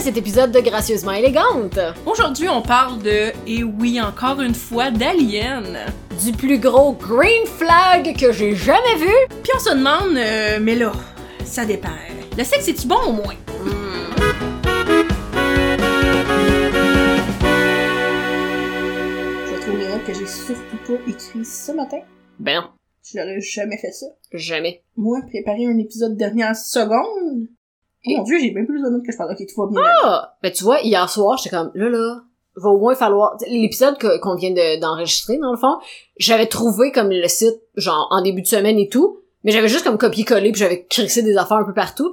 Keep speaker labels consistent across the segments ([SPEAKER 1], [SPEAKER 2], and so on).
[SPEAKER 1] cet épisode de Gracieusement élégante.
[SPEAKER 2] Aujourd'hui, on parle de, et oui, encore une fois, d'Alien.
[SPEAKER 1] Du plus gros green flag que j'ai jamais vu.
[SPEAKER 2] Puis on se demande, euh, mais là, ça dépend. Le sexe est-tu bon au moins?
[SPEAKER 3] Je trouve une note que j'ai surtout pas écrit ce matin.
[SPEAKER 1] Ben,
[SPEAKER 3] Je n'aurais jamais fait ça.
[SPEAKER 1] jamais.
[SPEAKER 3] Moi, préparer un épisode dernière seconde. Oh mon dieu, j'ai bien plus de notes que je parle. Ok, tout va bien.
[SPEAKER 1] Ah! Ben, tu vois, hier soir, j'étais comme, là, là, va au moins falloir... T'sais, L'épisode que- qu'on vient de- d'enregistrer, dans le fond, j'avais trouvé comme le site, genre, en début de semaine et tout, mais j'avais juste comme copié-collé, puis j'avais crissé des affaires un peu partout.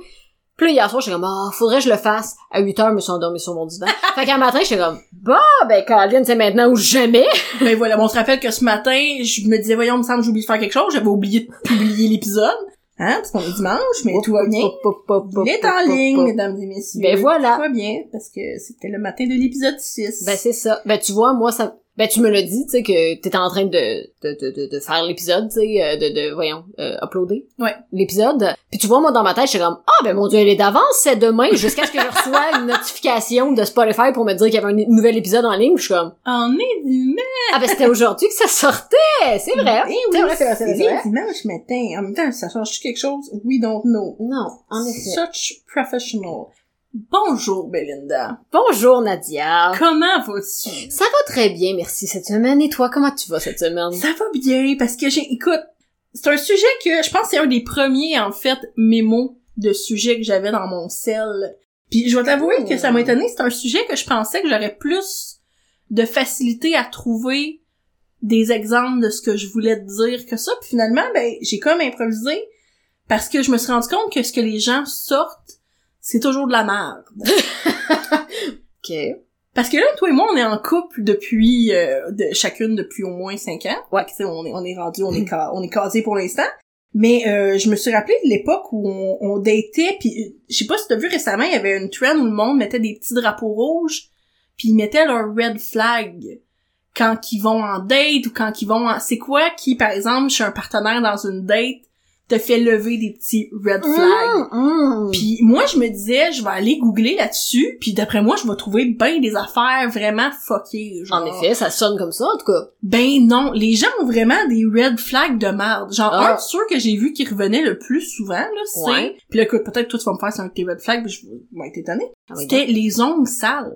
[SPEAKER 1] Puis là, hier soir, j'étais comme, ah, faudrait que je le fasse. À 8 heures, je me suis endormie sur mon divan. fait qu'un matin, j'étais comme, bah, ben, Colin, c'est maintenant ou jamais.
[SPEAKER 3] ben voilà, bon, on se rappelle que ce matin, je me disais, voyons, il me semble que j'ai oublié de faire quelque chose. J'avais oublié de publier l'épisode. Hein, parce qu'on est dimanche, mais tout va bien. Il est en ligne, mesdames et messieurs.
[SPEAKER 1] Ben voilà.
[SPEAKER 3] Tout va bien, parce que c'était le matin de l'épisode 6.
[SPEAKER 1] Ben c'est ça. Ben tu vois, moi ça ben tu me l'as dit, tu sais que t'étais en train de de, de, de, de faire l'épisode, tu sais euh, de, de voyons, euh, uploader.
[SPEAKER 3] Ouais.
[SPEAKER 1] L'épisode. Puis tu vois moi dans ma tête, j'étais comme ah ben mon dieu, elle est d'avance, c'est demain jusqu'à ce que je reçois une notification de Spotify pour me dire qu'il y avait un nouvel épisode en ligne, Puis je suis comme
[SPEAKER 2] On est du même.
[SPEAKER 1] ah ben c'était aujourd'hui que ça sortait, c'est vrai.
[SPEAKER 3] Eh
[SPEAKER 1] C'est
[SPEAKER 3] oui,
[SPEAKER 1] vrai, c'est vrai, c'est
[SPEAKER 3] c'est
[SPEAKER 1] vrai.
[SPEAKER 3] dimanche matin. En même temps, ça change quelque chose? We don't know.
[SPEAKER 1] Non, en effet.
[SPEAKER 3] Such professional. Bonjour, Belinda.
[SPEAKER 1] Bonjour Nadia.
[SPEAKER 2] Comment vas-tu?
[SPEAKER 1] Ça va très bien, merci cette semaine. Et toi, comment tu vas cette semaine
[SPEAKER 3] Ça va bien, parce que j'ai... Écoute, c'est un sujet que... Je pense que c'est un des premiers, en fait, mémos de sujets que j'avais dans mon sel. Puis je vais t'avouer que ça m'a étonné. C'est un sujet que je pensais que j'aurais plus de facilité à trouver des exemples de ce que je voulais te dire que ça. Puis finalement, ben, j'ai comme improvisé parce que je me suis rendu compte que ce que les gens sortent, c'est toujours de la merde.
[SPEAKER 1] OK.
[SPEAKER 3] Parce que là, toi et moi, on est en couple depuis euh, de, chacune depuis au moins cinq ans. Ouais, tu sais, on est on est rendu, on est ca- on est casé pour l'instant. Mais euh, je me suis rappelé de l'époque où on, on datait, puis euh, je sais pas si t'as vu récemment, il y avait une trend où le monde mettait des petits drapeaux rouges, puis ils mettaient leur red flag quand ils vont en date ou quand ils vont en... C'est quoi qui, par exemple, chez un partenaire dans une date, te fait lever des petits red
[SPEAKER 1] Mmh.
[SPEAKER 3] flags?
[SPEAKER 1] Mm, mm.
[SPEAKER 3] Puis moi, je me disais, je vais aller googler là-dessus, puis d'après moi, je vais trouver ben des affaires vraiment fuckées. Genre.
[SPEAKER 1] En effet, ça sonne comme ça en tout cas.
[SPEAKER 3] Ben non, les gens ont vraiment des red flags de merde. Genre,
[SPEAKER 1] Ah.
[SPEAKER 3] un sûr que j'ai vu qui revenait le plus souvent, là, c'est...
[SPEAKER 1] Ouais.
[SPEAKER 3] Puis là, écoute, peut-être toi, tu vas me faire ça avec tes red flags, puis je vais être étonnée.
[SPEAKER 1] Ah oui,
[SPEAKER 3] C'était les ongles sales.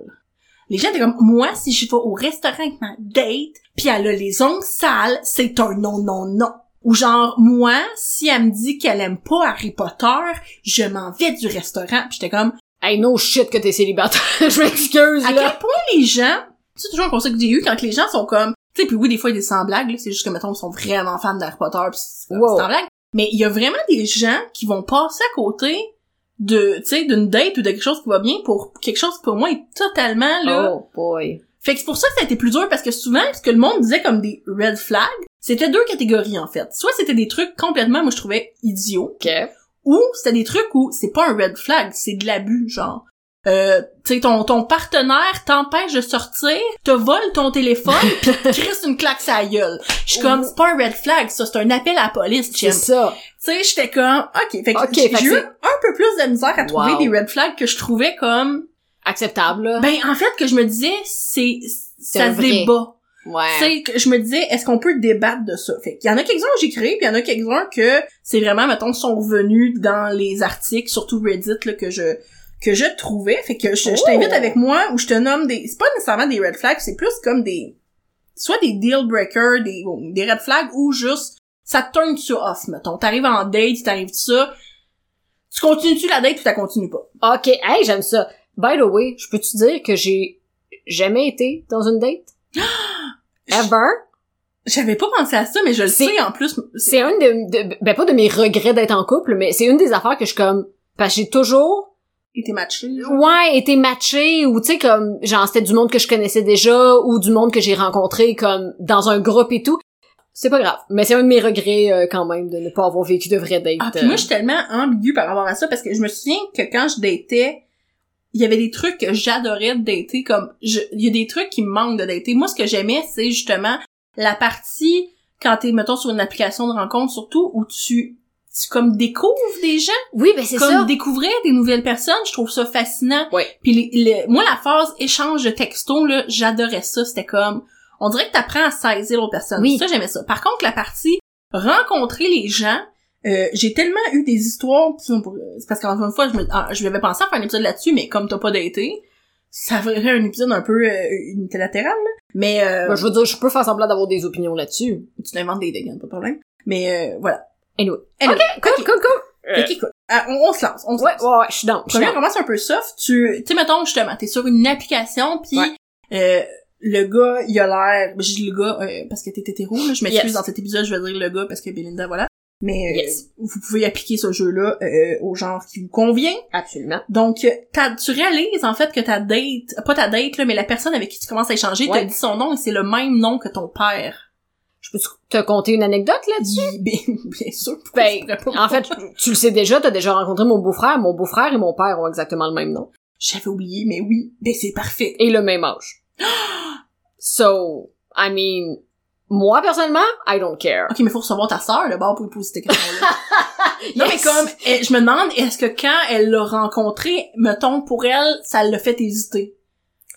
[SPEAKER 3] Les gens étaient comme, moi, si je vais au restaurant avec ma date, puis elle a les ongles sales, c'est un non, non, non. Ou genre, moi, si elle me dit qu'elle aime pas Harry Potter, je m'en vais du restaurant. Puis j'étais comme,
[SPEAKER 1] Hey, no shit que t'es célibataire. je m'excuse,
[SPEAKER 3] À
[SPEAKER 1] là.
[SPEAKER 3] quel point les gens, c'est toujours un conseil que j'ai eu quand les gens sont comme, tu sais, puis oui, des fois, ils sont sans blague, là, c'est juste que, mettons, ils sont vraiment fans d'Harry Potter, pis c'est comme,
[SPEAKER 1] Wow.
[SPEAKER 3] c'est sans blague. Mais il y a vraiment des gens qui vont passer à côté de, tu sais, d'une date ou de quelque chose qui va bien pour quelque chose qui, pour moi, est totalement, là.
[SPEAKER 1] Oh boy.
[SPEAKER 3] Fait que c'est pour ça que ça a été plus dur, parce que souvent, ce que le monde disait comme des red flags, c'était deux catégories, en fait. Soit c'était des trucs complètement, moi, je trouvais idiots,
[SPEAKER 1] OK.
[SPEAKER 3] ou c'était des trucs où c'est pas un red flag, c'est de l'abus, genre. Euh, tu sais, ton, ton partenaire t'empêche de sortir, te vole ton téléphone, pis te crisse une claque sa gueule. Je suis comme, c'est pas un red flag, ça, c'est un appel à la police,
[SPEAKER 1] C'est
[SPEAKER 3] chum.
[SPEAKER 1] ça.
[SPEAKER 3] Tu sais, j'étais comme, ok, fait que
[SPEAKER 1] Ok, fait
[SPEAKER 3] j'ai
[SPEAKER 1] que
[SPEAKER 3] eu
[SPEAKER 1] c'est-
[SPEAKER 3] un peu plus de misère à trouver
[SPEAKER 1] Wow.
[SPEAKER 3] des red flags que je trouvais comme,
[SPEAKER 1] Acceptable, là.
[SPEAKER 3] ben, en fait, que je me disais, c'est, ça
[SPEAKER 1] un
[SPEAKER 3] se
[SPEAKER 1] vrai.
[SPEAKER 3] débat. Tu
[SPEAKER 1] ouais.
[SPEAKER 3] sais, que je me disais, est-ce qu'on peut débattre de ça? Fait qu'il y en a quelques-uns que j'ai créé, puis il y en a quelques-uns que c'est vraiment, mettons, sont revenus dans les articles, surtout Reddit, là, que je que je trouvais. Fait que je, je
[SPEAKER 1] Oh!
[SPEAKER 3] t'invite avec moi, où je te nomme des... C'est pas nécessairement des red flags, c'est plus comme des... Soit des deal breakers, des, bon, des red flags, ou juste, ça te turn tu off, mettons. T'arrives en date, t'arrives ça, tu continues-tu la date ou t'as continues pas?
[SPEAKER 1] OK. Hey, j'aime ça. By the way, je peux-tu dire que j'ai jamais été dans une date? Ever?
[SPEAKER 3] J'avais pas pensé à ça, mais je le
[SPEAKER 1] C'est-
[SPEAKER 3] sais, en plus...
[SPEAKER 1] C'est un de, de- ben pas de mes regrets d'être en couple, mais c'est une des affaires que je suis comme, parce que j'ai toujours,
[SPEAKER 3] Et t'es matché, là.
[SPEAKER 1] ouais, été matchée, ou tu sais, comme, genre, c'était du monde que je connaissais déjà, ou du monde que j'ai rencontré, comme, dans un groupe et tout. C'est pas grave. Mais c'est un de mes regrets, euh, quand même, de ne pas avoir vécu de euh, vraies dates.
[SPEAKER 3] Ah, puis moi, je suis tellement ambiguë par rapport à ça parce que je me souviens que quand je datais, il y avait des trucs que j'adorais de dater, comme, je- il y a des trucs qui me manquent de dater. Moi, ce que j'aimais, c'est justement la partie quand t'es, mettons, sur une application de rencontre, surtout, où tu tu comme découvres des gens,
[SPEAKER 1] Oui, ben c'est
[SPEAKER 3] comme
[SPEAKER 1] ça.
[SPEAKER 3] découvrir des nouvelles personnes, je trouve ça fascinant.
[SPEAKER 1] Ouais.
[SPEAKER 3] Puis les- les- moi la phase échange de textos là, j'adorais ça, c'était comme on dirait que t'apprends à saisir l'autre personne.
[SPEAKER 1] Oui.
[SPEAKER 3] Ça j'aimais ça. Par contre la partie rencontrer les gens, euh, j'ai tellement eu des histoires puis on pourrait- c'est parce qu'encore une fois je me ah, je m'avais pensé à faire un épisode là-dessus mais comme t'as pas daté, ça ferait un épisode un peu euh, unilatéral là. Mais euh,
[SPEAKER 1] Ben, je veux dire, je peux faire semblant d'avoir des opinions là-dessus.
[SPEAKER 3] tu t'inventes des dégâts, pas de problème. Mais euh, voilà.
[SPEAKER 1] Anyway.
[SPEAKER 3] Anyway.
[SPEAKER 1] Ok, cool,
[SPEAKER 3] Ok.
[SPEAKER 1] cool, cool.
[SPEAKER 3] Fait que, écoute, ah, on, on se lance, on se
[SPEAKER 1] Euh, Ouais,
[SPEAKER 3] lance.
[SPEAKER 1] ouais, ouais, je suis down, je suis
[SPEAKER 3] Première
[SPEAKER 1] down.
[SPEAKER 3] romance un peu soft, tu, tu sais, mettons, justement, t'es sur une application, puis
[SPEAKER 1] Ouais.
[SPEAKER 3] euh, le gars, il a l'air, je dis le gars, euh, parce que t'es hétéro, là, je m'excuse,
[SPEAKER 1] Yes.
[SPEAKER 3] dans cet épisode, je vais dire le gars, parce que Belinda, voilà. Mais euh,
[SPEAKER 1] Yes.
[SPEAKER 3] vous pouvez appliquer ce jeu-là euh, au genre qui vous convient.
[SPEAKER 1] Absolument.
[SPEAKER 3] Donc, euh, t'as- tu réalises, en fait, que ta date, pas ta date, là, mais la personne avec qui tu commences à échanger,
[SPEAKER 1] Ouais.
[SPEAKER 3] te dit son nom, et c'est le même nom que ton père.
[SPEAKER 1] Je peux te conter une anecdote là-dessus?
[SPEAKER 3] Il- Bien, bien sûr, pourquoi
[SPEAKER 1] Ben,
[SPEAKER 3] tu pourrais pas?
[SPEAKER 1] en fait, tu le sais déjà, t'as déjà rencontré mon beau-frère. Mon beau-frère et mon père ont exactement le même nom.
[SPEAKER 3] J'avais oublié, mais oui, ben c'est parfait.
[SPEAKER 1] Et le même âge. So, I mean, moi, personnellement, I don't care.
[SPEAKER 3] Ok, mais faut recevoir ta sœur, d'abord, pour lui poser cette question-là. Non,
[SPEAKER 1] Yes.
[SPEAKER 3] mais comme, elle- je me demande, est-ce que quand elle l'a rencontré, mettons, pour elle, ça l'a fait hésiter?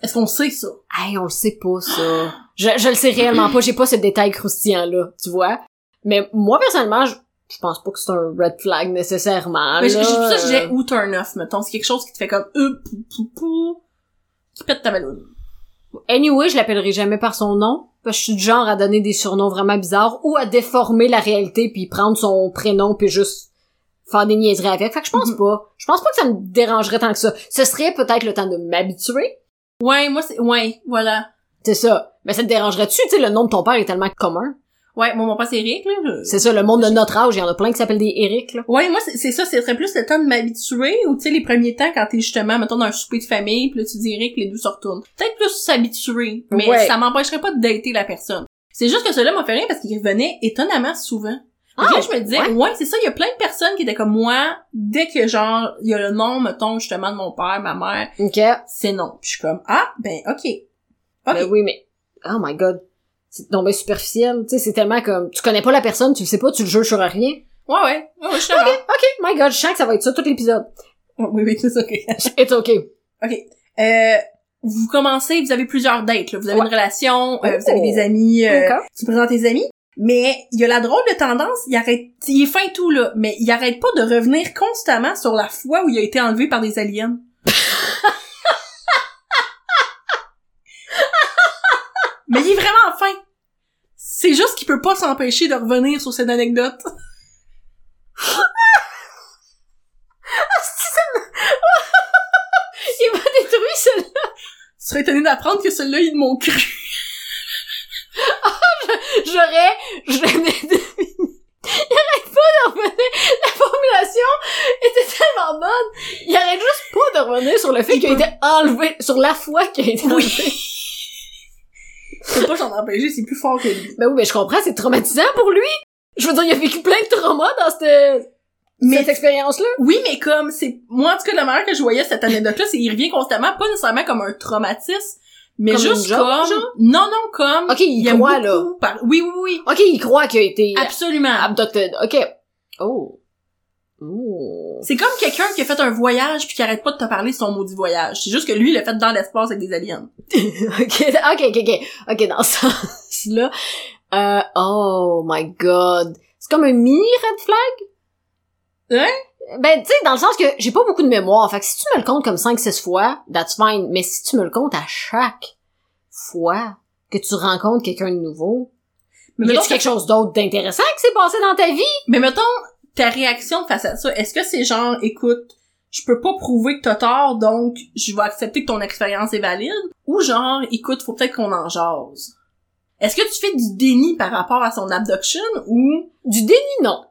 [SPEAKER 3] Est-ce qu'on sait ça?
[SPEAKER 1] Hey, on le sait pas, ça. je, je le sais réellement pas, j'ai pas ce détail croustillant-là, tu vois. Mais moi, personnellement, je, je pense pas que c'est un red flag nécessairement.
[SPEAKER 3] mais j'ai
[SPEAKER 1] là,
[SPEAKER 3] j'ai- ça, je disais,
[SPEAKER 1] euh,
[SPEAKER 3] ou turn off, mettons. C'est quelque chose qui te fait comme, euh, pou, pou, pou, qui pète ta ballonne.
[SPEAKER 1] Anyway, je l'appellerai jamais par son nom. Parce que je suis du genre à donner des surnoms vraiment bizarres ou à déformer la réalité puis prendre son prénom puis juste faire des niaiseries avec. Fait que je pense
[SPEAKER 3] Mhm.
[SPEAKER 1] pas. Je pense pas que ça me dérangerait tant que ça. Ce serait peut-être le temps de m'habituer.
[SPEAKER 3] Ouais, moi, c'est, ouais, voilà.
[SPEAKER 1] C'est ça. Mais ça te dérangerait-tu? Tu sais, le nom de ton père est tellement commun.
[SPEAKER 3] Ouais, moi, mon père, c'est Eric, là. je-
[SPEAKER 1] C'est ça, le monde de notre âge, il y en a plein qui s'appellent des Eric, là.
[SPEAKER 3] Ouais, moi, c'est c'est ça, c'est serait plus le temps de m'habituer, ou tu sais, les premiers temps, quand t'es justement, mettons, dans un souper de famille, puis là, tu dirais que les deux se retournent. Peut-être plus s'habituer, mais
[SPEAKER 1] Ouais.
[SPEAKER 3] ça m'empêcherait pas de dater la personne. C'est juste que cela m'a fait rire parce qu'il revenait étonnamment souvent.
[SPEAKER 1] Ah,
[SPEAKER 3] Et là, je me disais, ouais, c'est ça, il y a plein de personnes qui étaient comme moi, dès que genre, il y a le nom, mettons, justement, de mon père, ma mère,
[SPEAKER 1] OK.
[SPEAKER 3] c'est non. Puis je suis comme, ah, ben, ok. Ok.
[SPEAKER 1] Ben oui, mais... Oh my God. C'est tombé superficiel. Tu sais, c'est tellement comme... Tu connais pas la personne, tu le sais pas, tu le juges sur rien.
[SPEAKER 3] Ouais, ouais, ouais, ouais, je suis d'accord.
[SPEAKER 1] OK, my God, je sens que ça va être ça tout l'épisode.
[SPEAKER 3] Oui, oui, c'est ça, ok.
[SPEAKER 1] It's OK.
[SPEAKER 3] Euh, vous commencez, vous avez plusieurs dates, là. vous avez
[SPEAKER 1] Ouais.
[SPEAKER 3] une relation, euh, vous avez
[SPEAKER 1] Oh.
[SPEAKER 3] des amis, euh,
[SPEAKER 1] Encore?
[SPEAKER 3] tu présentes tes amis, mais il y a la drôle de tendance, il arrête, il est fin tout là, mais il arrête pas de revenir constamment sur la fois où il a été enlevé par des aliens. mais il est vraiment fin. C'est juste qu'il peut pas s'empêcher de revenir sur cette anecdote.
[SPEAKER 1] Il va détruire ce
[SPEAKER 3] Tu serais étonné d'apprendre que celui-là, il est de mon cru.
[SPEAKER 1] J'aurais, j'aurais deviné. Il arrête pas de revenir. La formulation était tellement bonne. Il arrête juste pas de revenir sur le fait qu'il a été enlevé, sur la foi qu'il a été enlevé.
[SPEAKER 3] Je peux pas s'en empêcher, c'est plus fort que lui.
[SPEAKER 1] Ben oui, mais je comprends, c'est traumatisant pour lui. Je veux dire, il a vécu plein de traumas dans cette,
[SPEAKER 3] Mais
[SPEAKER 1] cette expérience-là.
[SPEAKER 3] Oui, mais comme c'est moi en tout cas la manière que je voyais cette anecdote-là, c'est il revient constamment, pas nécessairement comme un traumatisme, mais
[SPEAKER 1] Comme
[SPEAKER 3] juste
[SPEAKER 1] une joke,
[SPEAKER 3] comme
[SPEAKER 1] genre?
[SPEAKER 3] non non comme
[SPEAKER 1] Ok, il
[SPEAKER 3] aime
[SPEAKER 1] croit, là.
[SPEAKER 3] beaucoup par- Oui oui oui,
[SPEAKER 1] Ok, il croit qu'il a été
[SPEAKER 3] absolument.
[SPEAKER 1] abducted. Ok. Oh. Ouh.
[SPEAKER 3] C'est comme quelqu'un qui a fait un voyage puis qui arrête pas de te parler de son maudit voyage. C'est juste que lui il l'a fait dans l'espace avec des aliens.
[SPEAKER 1] ok, ok, ok, ok. Ok, dans ce sens-là. Euh, oh my god. C'est comme un mini red flag? Hein? Ben, tu sais, dans le sens que j'ai pas beaucoup de mémoire. Fait que si tu me le comptes comme 5-6 fois, that's fine. Mais si tu me le comptes à chaque fois que tu rencontres quelqu'un de nouveau,
[SPEAKER 3] Mais
[SPEAKER 1] y
[SPEAKER 3] mettons,
[SPEAKER 1] a-tu quelque chose d'autre d'intéressant qui s'est passé dans ta vie?
[SPEAKER 3] mais mettons ta réaction face à ça, est-ce que c'est genre écoute, je peux pas prouver que t'as tort donc je vais accepter que ton expérience est valide ou genre écoute, faut peut-être qu'on en jase. Est-ce que tu fais du déni par rapport à son abduction ou
[SPEAKER 1] Du déni, non.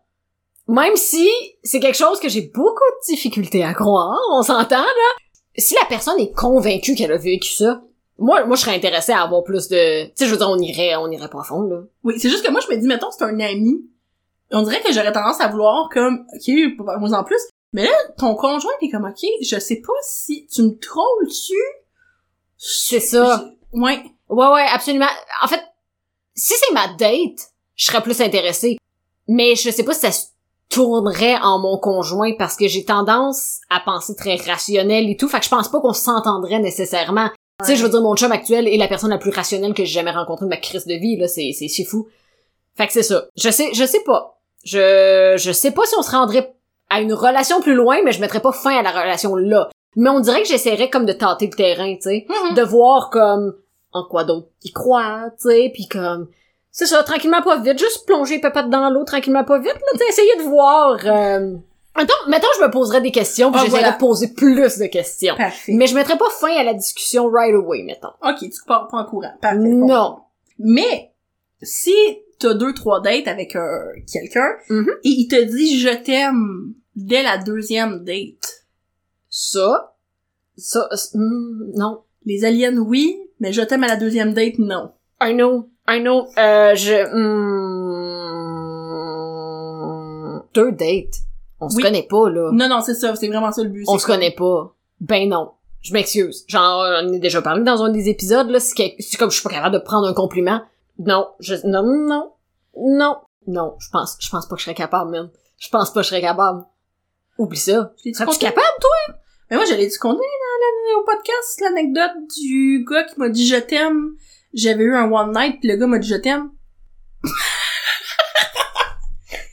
[SPEAKER 1] Même si c'est quelque chose que j'ai beaucoup de difficultés à croire, on s'entend, là. Si la personne est convaincue qu'elle a vécu ça, moi, moi, je serais intéressée à avoir plus de... Tu sais, je veux dire, on irait, on irait profond, là.
[SPEAKER 3] Oui, c'est juste que moi, je me dis, mettons, c'est un ami. On dirait que j'aurais tendance à vouloir comme, ok, pour moi en plus. Mais là, ton conjoint, il est comme, ok, je sais pas si tu me trolles dessus.
[SPEAKER 1] C'est ça.
[SPEAKER 3] Ouais.
[SPEAKER 1] Ouais, ouais, absolument. En fait, si c'est ma date, je serais plus intéressée. Mais je sais pas si ça se tournerait en mon conjoint parce que j'ai tendance à penser très rationnel et tout. Fait que je pense pas qu'on s'entendrait nécessairement. Tu sais, je veux dire, mon chum actuel est la personne la plus rationnelle que j'ai jamais rencontrée de ma crise de vie, là. C'est, c'est, c'est fou. Fait que c'est ça. Je sais, je sais pas. Je, je sais pas si on se rendrait à une relation plus loin, mais je mettrais pas fin à la relation là. Mais on dirait que j'essaierais comme de tâter le terrain, tu sais.
[SPEAKER 3] Mm.
[SPEAKER 2] Mhm.
[SPEAKER 1] De voir comme, en quoi d'autre il croit, tu sais, puis comme, c'est ça, tranquillement pas vite, juste plonger les pépettes dans l'eau, tranquillement pas vite, là, tu sais, essayer de voir, euh... Mettons, mettons, je me poserais des questions, puis
[SPEAKER 3] Ah,
[SPEAKER 1] j'essaierais
[SPEAKER 3] voilà.
[SPEAKER 1] de poser plus de questions.
[SPEAKER 3] Parfait.
[SPEAKER 1] Mais je mettrais pas fin à la discussion right away, mettons.
[SPEAKER 3] Ok, tu pars pas en courant. Parfait. bon.
[SPEAKER 1] Non.
[SPEAKER 3] Mais si t'as deux trois dates avec euh, quelqu'un
[SPEAKER 1] Mhm.
[SPEAKER 3] et il te dit je t'aime dès la deuxième date,
[SPEAKER 1] Ça, ça, c- hmm, non.
[SPEAKER 3] les aliens oui, mais je t'aime à la deuxième date non.
[SPEAKER 1] I know, I know. Euh, je, hmm, deux dates. On se
[SPEAKER 3] Oui.
[SPEAKER 1] connaît pas, là.
[SPEAKER 3] Non non c'est ça, c'est vraiment ça le but.
[SPEAKER 1] On
[SPEAKER 3] c'est
[SPEAKER 1] se
[SPEAKER 3] comme-
[SPEAKER 1] connaît pas. Ben non. Je m'excuse. Genre, on en a déjà parlé dans un des épisodes, là. C'est que- c'est comme je suis pas capable de prendre un compliment. Non, je, non, non, non, non. Je pense, je pense pas que je serais capable, même. Je pense pas que je serais capable. Oublie ça.
[SPEAKER 3] Je l'ai-tu
[SPEAKER 1] Serais-tu
[SPEAKER 3] conté?
[SPEAKER 1] capable?
[SPEAKER 3] Mais moi j'allais tu compter dans la- au podcast l'anecdote du gars qui m'a dit je t'aime. J'avais eu un one night puis le gars m'a dit je t'aime.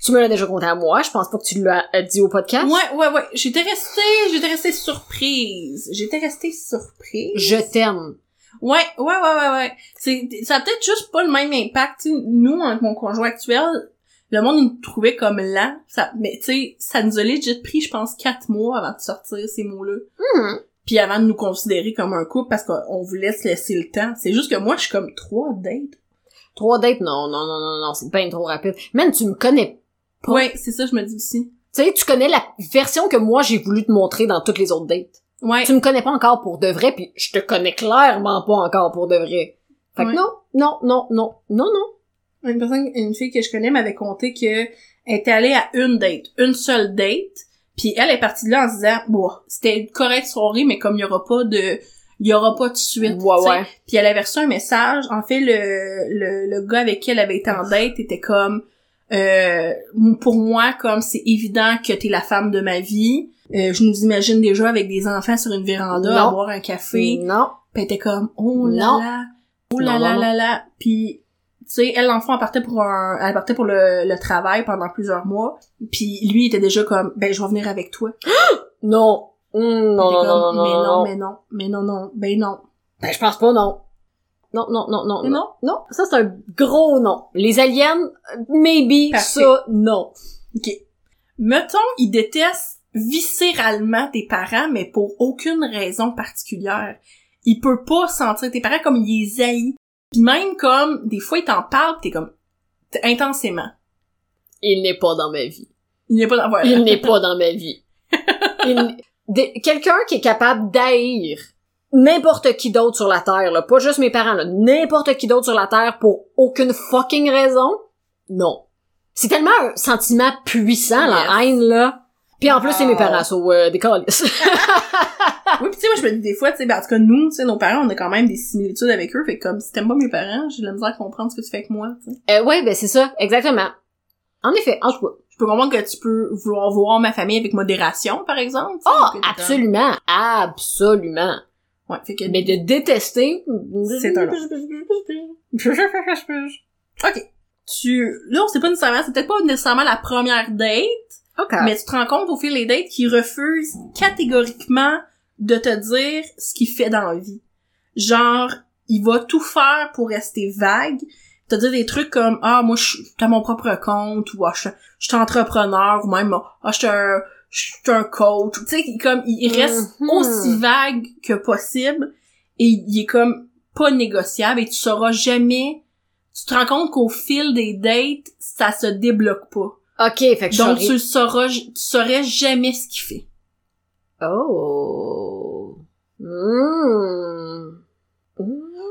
[SPEAKER 1] Tu me l'as déjà compté à moi. Je pense pas que tu l'as euh, dit au podcast.
[SPEAKER 3] Ouais ouais ouais, j'étais restée j'étais restée surprise. J'étais restée surprise.
[SPEAKER 1] Je t'aime.
[SPEAKER 3] Ouais, ouais, ouais, ouais, ouais. C'est, ça a peut-être juste pas le même impact. tu sais. nous, avec mon conjoint actuel, le monde nous trouvait comme lent. Ça, mais tu sais, ça nous a legit pris, je pense, quatre mois avant de sortir ces mots-là.
[SPEAKER 1] Mhm.
[SPEAKER 3] Puis avant de nous considérer comme un couple parce qu'on on voulait se laisser le temps. C'est juste que moi, je suis comme trois dates.
[SPEAKER 1] Trois dates, non, non, non, non, non, c'est bien trop rapide. Man, tu me connais. Pas.
[SPEAKER 3] Ouais, c'est ça, je me dis aussi.
[SPEAKER 1] Tu sais, tu connais la version que moi j'ai voulu te montrer dans toutes les autres dates.
[SPEAKER 3] Ouais.
[SPEAKER 1] tu me connais pas encore pour de vrai, puis je te connais clairement pas encore pour de vrai. Fait que
[SPEAKER 3] Ouais.
[SPEAKER 1] non, non, non, non, non, non.
[SPEAKER 3] Une personne, une fille que je connais m'avait compté que elle était allée à une date, une seule date, puis elle est partie de là en se disant, bon, c'était une correcte soirée, mais comme il y aura pas de, il y aura pas de suite. tu sais. Puis elle avait reçu un message. En fait, le, le, le gars avec qui elle avait été en date était comme euh, pour moi, comme c'est évident que t'es la femme de ma vie. Euh, je nous imagine déjà avec des enfants sur une véranda
[SPEAKER 1] Non.
[SPEAKER 3] à boire un café.
[SPEAKER 1] Non.
[SPEAKER 3] Puis elle était comme oh là
[SPEAKER 1] Non.
[SPEAKER 3] là, oh là
[SPEAKER 1] Non,
[SPEAKER 3] là
[SPEAKER 1] non,
[SPEAKER 3] là là. Puis tu sais, elle l'enfant elle partait pour un, elle partait pour le, le travail pendant plusieurs mois. Puis lui il était déjà comme ben je vais venir avec toi.
[SPEAKER 1] Non. Mm, non,
[SPEAKER 3] Elle
[SPEAKER 1] non,
[SPEAKER 3] était
[SPEAKER 1] non, non,
[SPEAKER 3] comme, mais
[SPEAKER 1] non, non.
[SPEAKER 3] mais non, mais non, non, ben non,
[SPEAKER 1] Ben, je pense pas, non. Non, non, non, non,
[SPEAKER 3] mais
[SPEAKER 1] non.
[SPEAKER 3] non.
[SPEAKER 1] Non, ça c'est un gros non. Les aliens, euh, maybe,
[SPEAKER 3] Parfait.
[SPEAKER 1] ça, non.
[SPEAKER 3] OK. Mettons, ils détestent viscéralement tes parents, mais pour aucune raison particulière. Il peut pas sentir tes parents comme il les haït. Puis même comme, des fois, il t'en parle, pis t'es comme, t'es- intensément.
[SPEAKER 1] Il n'est pas dans ma vie.
[SPEAKER 3] Il n'est pas dans... Voilà.
[SPEAKER 1] Il n'est pas dans ma vie. Il- de- Quelqu'un qui est capable d'haïr n'importe qui d'autre sur la Terre, là, pas juste mes parents, là, n'importe qui d'autre sur la Terre pour aucune fucking raison, non. C'est tellement un sentiment puissant, la haine, là. Puis en plus, c'est mes
[SPEAKER 3] Wow.
[SPEAKER 1] parents, so, euh, des câlisses.
[SPEAKER 3] Oui, pis tu sais, moi, je me dis des fois, tu sais, ben, en tout cas, nous, tu sais, nos parents, on a quand même des similitudes avec eux, fait que comme, si t'aimes pas mes parents, j'ai de la misère à comprendre ce que tu fais avec moi, tu sais.
[SPEAKER 1] Euh, ouais, ben c'est ça, exactement. En effet, en tout cas.
[SPEAKER 3] Je peux comprendre que tu peux vouloir voir ma famille avec modération, par exemple. tu sais,
[SPEAKER 1] Ah,
[SPEAKER 3] que t'es comme-
[SPEAKER 1] absolument, absolument.
[SPEAKER 3] Ouais, fait que...
[SPEAKER 1] Mais de détester...
[SPEAKER 3] C'est un non. OK. Tu, là, on sait pas nécessairement, c'est peut-être pas nécessairement la première date,
[SPEAKER 1] Ok.
[SPEAKER 3] mais tu te rends compte au fil des dates qu'ils refusent catégoriquement de te dire ce qu'il fait dans la vie. Genre, il va tout faire pour rester vague, te dire des trucs comme, ah, moi, je suis à mon propre compte, ou ah, je je suis entrepreneur, ou même, ah, je suis un, je suis un coach. Tu sais, il- comme, il reste
[SPEAKER 1] Mhm.
[SPEAKER 3] aussi vague que possible, et il est comme pas négociable, et tu sauras jamais, tu te rends compte qu'au fil des dates, ça se débloque pas.
[SPEAKER 1] Ok, fait que je
[SPEAKER 3] Donc
[SPEAKER 1] suis-
[SPEAKER 3] tu le sauras, tu saurais jamais ce qu'il fait.
[SPEAKER 1] Oh. Mm. Mm.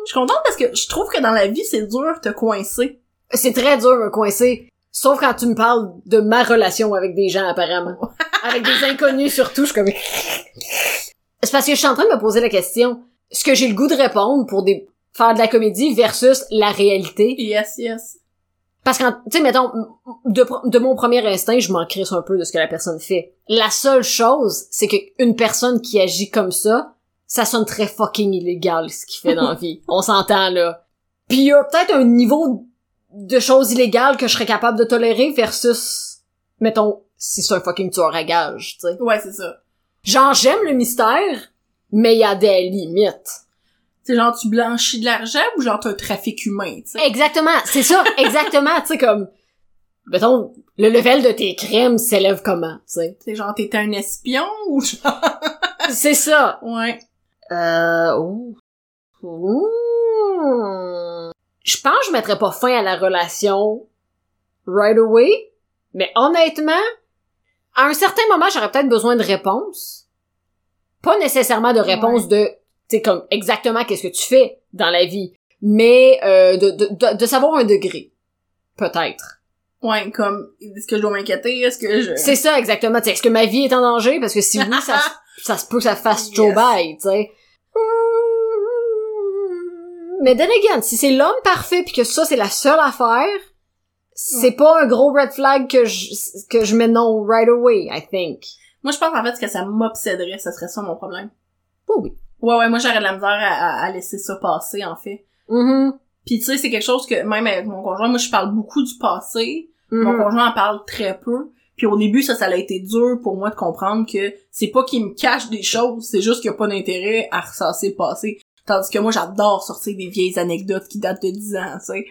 [SPEAKER 3] Je suis contente parce que je trouve que dans la vie, c'est dur de te coincer.
[SPEAKER 1] C'est très dur, un coincé. Sauf quand tu me parles de ma relation avec des gens, apparemment. avec des inconnus, surtout, je suis comme... C'est parce que je suis en train de me poser la question. Ce que j'ai le goût de répondre pour des... faire de la comédie versus la réalité.
[SPEAKER 3] Yes, yes.
[SPEAKER 1] Parce que, tu sais, mettons, de, pro- de mon premier instinct, je m'en crisse un peu de ce que la personne fait. La seule chose, c'est qu'une personne qui agit comme ça, ça sonne très fucking illégal, ce qu'il fait dans la vie. On s'entend, là. Puis il y a peut-être un niveau de choses illégales que je serais capable de tolérer versus, mettons, si c'est un fucking tueur à gage, tu sais.
[SPEAKER 3] Ouais, c'est ça.
[SPEAKER 1] Genre, j'aime le mystère, mais il y a des limites.
[SPEAKER 3] C'est genre, tu blanchis de l'argent ou genre t'as un trafic humain, tu sais?
[SPEAKER 1] Exactement, c'est ça, exactement, tu sais, comme, mettons, le level de tes crimes s'élève comment, tu sais.
[SPEAKER 3] C'est genre, t'étais un espion ou genre...
[SPEAKER 1] C'est ça.
[SPEAKER 3] Ouais.
[SPEAKER 1] Euh, ouh. Ouh. Je pense que je mettrais pas fin à la relation right away, mais honnêtement, à un certain moment, j'aurais peut-être besoin de réponses. Pas nécessairement de réponses de, tu sais, comme exactement qu'est-ce que tu fais dans la vie, mais euh, de, de, de, de savoir un degré, peut-être.
[SPEAKER 3] Ouais, comme, est-ce que je dois m'inquiéter? Est-ce que je...
[SPEAKER 1] C'est ça, exactement. T'sais, Est-ce que ma vie est en danger? Parce que si oui, ça, se- ça se peut que ça fasse Joe
[SPEAKER 3] Yes.
[SPEAKER 1] Biden, tu sais. Mais then again, si c'est l'homme parfait puis que ça, c'est la seule affaire, c'est pas un gros red flag que je, que je mets non right away, I think.
[SPEAKER 3] Moi, je pense en fait que ça m'obséderait, ça serait ça mon problème.
[SPEAKER 1] Oh oui.
[SPEAKER 3] Ouais, ouais, moi j'aurais de la misère à, à- à laisser ça passer, en fait.
[SPEAKER 1] Mhm,
[SPEAKER 3] Puis tu sais, c'est quelque chose que, même avec mon conjoint, moi je parle beaucoup du passé, mon
[SPEAKER 1] mhm.
[SPEAKER 3] conjoint en parle très peu. Puis au début, ça, ça a été dur pour moi de comprendre que c'est pas qu'il me cache des choses, c'est juste qu'il n'y a pas d'intérêt à ressasser le passé. Tandis que moi, j'adore sortir des vieilles anecdotes qui datent de 10 ans, tu sais.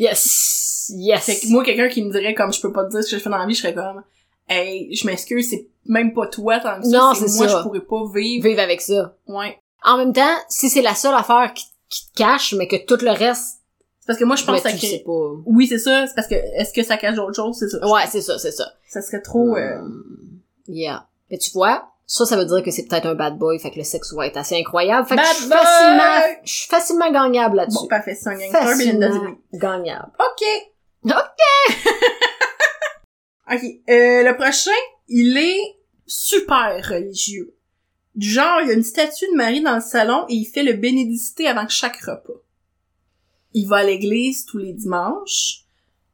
[SPEAKER 1] Yes. Yes.
[SPEAKER 3] Fait que moi, quelqu'un qui me dirait comme je peux pas te dire ce que je fais dans la vie, je serais comme Hey, je m'excuse, c'est même pas toi tant que ça,
[SPEAKER 1] Non, c'est
[SPEAKER 3] moi
[SPEAKER 1] ça.
[SPEAKER 3] je pourrais pas vivre.
[SPEAKER 1] Vivre avec ça.
[SPEAKER 3] Ouais.
[SPEAKER 1] En même temps, si c'est la seule affaire qui, qui te cache, mais que tout le reste,
[SPEAKER 3] C'est parce que moi je pense
[SPEAKER 1] ben,
[SPEAKER 3] que ça
[SPEAKER 1] tu le sais
[SPEAKER 3] crée-
[SPEAKER 1] pas.
[SPEAKER 3] Oui, c'est ça, c'est parce que est-ce que ça cache d'autres choses, c'est ça.
[SPEAKER 1] Ouais, c'est ça, c'est ça.
[SPEAKER 3] Ça serait
[SPEAKER 1] Mm.
[SPEAKER 3] trop euh,
[SPEAKER 1] Yeah. Mais tu vois, ça, ça veut dire que c'est peut-être un bad boy, fait que le sexe va être assez incroyable. Fait que
[SPEAKER 3] Bad
[SPEAKER 1] je suis
[SPEAKER 3] boy!
[SPEAKER 1] facilement, je suis facilement gagnable là-dessus.
[SPEAKER 3] bon, parfait,
[SPEAKER 1] ben,
[SPEAKER 3] c'est un gangster mais une
[SPEAKER 1] facilement
[SPEAKER 3] deuxième-
[SPEAKER 1] gagnable.
[SPEAKER 3] OK.
[SPEAKER 1] OK.
[SPEAKER 3] OK, euh, le prochain, il est super religieux. Du genre, il y a une statue de Marie dans le salon et il fait le bénédicité avant chaque repas. Il va à l'église tous les dimanches.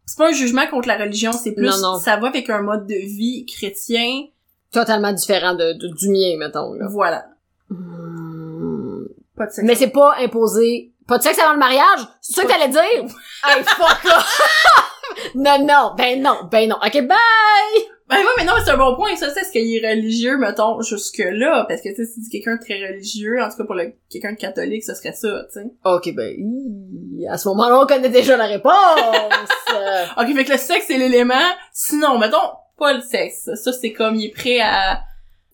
[SPEAKER 3] C'est pas un jugement contre la religion, c'est plus
[SPEAKER 1] Non, non.
[SPEAKER 3] ça va avec un mode de vie chrétien,
[SPEAKER 1] Totalement différent de, de- du mien, mettons, là.
[SPEAKER 3] voilà.
[SPEAKER 1] Hmm.
[SPEAKER 3] Pas de sexe.
[SPEAKER 1] Mais c'est pas imposé. Pas de sexe avant le mariage? C'est ça que t'allais dire? hey, fuck off! non, non, ben non, ben non. OK, bye!
[SPEAKER 3] Ben ouais, mais non, mais c'est un bon point, ça, c'est ce qu'il est religieux, mettons, jusque-là, parce que, tu sais, si c'est quelqu'un de très religieux, en tout cas pour le- quelqu'un de catholique, ce serait ça, tu sais.
[SPEAKER 1] OK, ben, hi, à ce moment-là, on connaît déjà la réponse. Euh,
[SPEAKER 3] Ok, fait que le sexe, c'est l'élément, sinon, mettons, pas le sexe, ça, c'est comme, il est prêt à...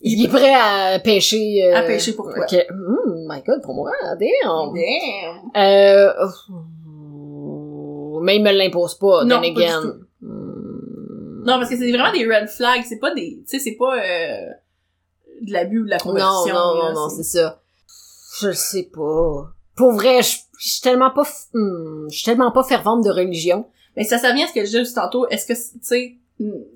[SPEAKER 1] Il est prêt à pêcher... euh,
[SPEAKER 3] À pêcher pour toi.
[SPEAKER 1] OK. Hmm, my God, pour moi, Oh, damn.
[SPEAKER 3] Damn!
[SPEAKER 1] Euh, ouf. mais il me l'impose pas,
[SPEAKER 3] Non,
[SPEAKER 1] then
[SPEAKER 3] pas du
[SPEAKER 1] again.
[SPEAKER 3] tout.
[SPEAKER 1] Hmm.
[SPEAKER 3] Non, parce que c'est vraiment des red flags, c'est pas des... Tu sais, c'est pas euh, de l'abus ou de la
[SPEAKER 1] non,
[SPEAKER 3] conversion.
[SPEAKER 1] non,
[SPEAKER 3] là,
[SPEAKER 1] non, non, c'est ça. Je le sais pas. Pour vrai, je je suis tellement pas, f- hmm, je suis tellement pas fervente de religion.
[SPEAKER 3] Mais ça, ça vient à ce que je disais juste tantôt, est-ce que, tu sais,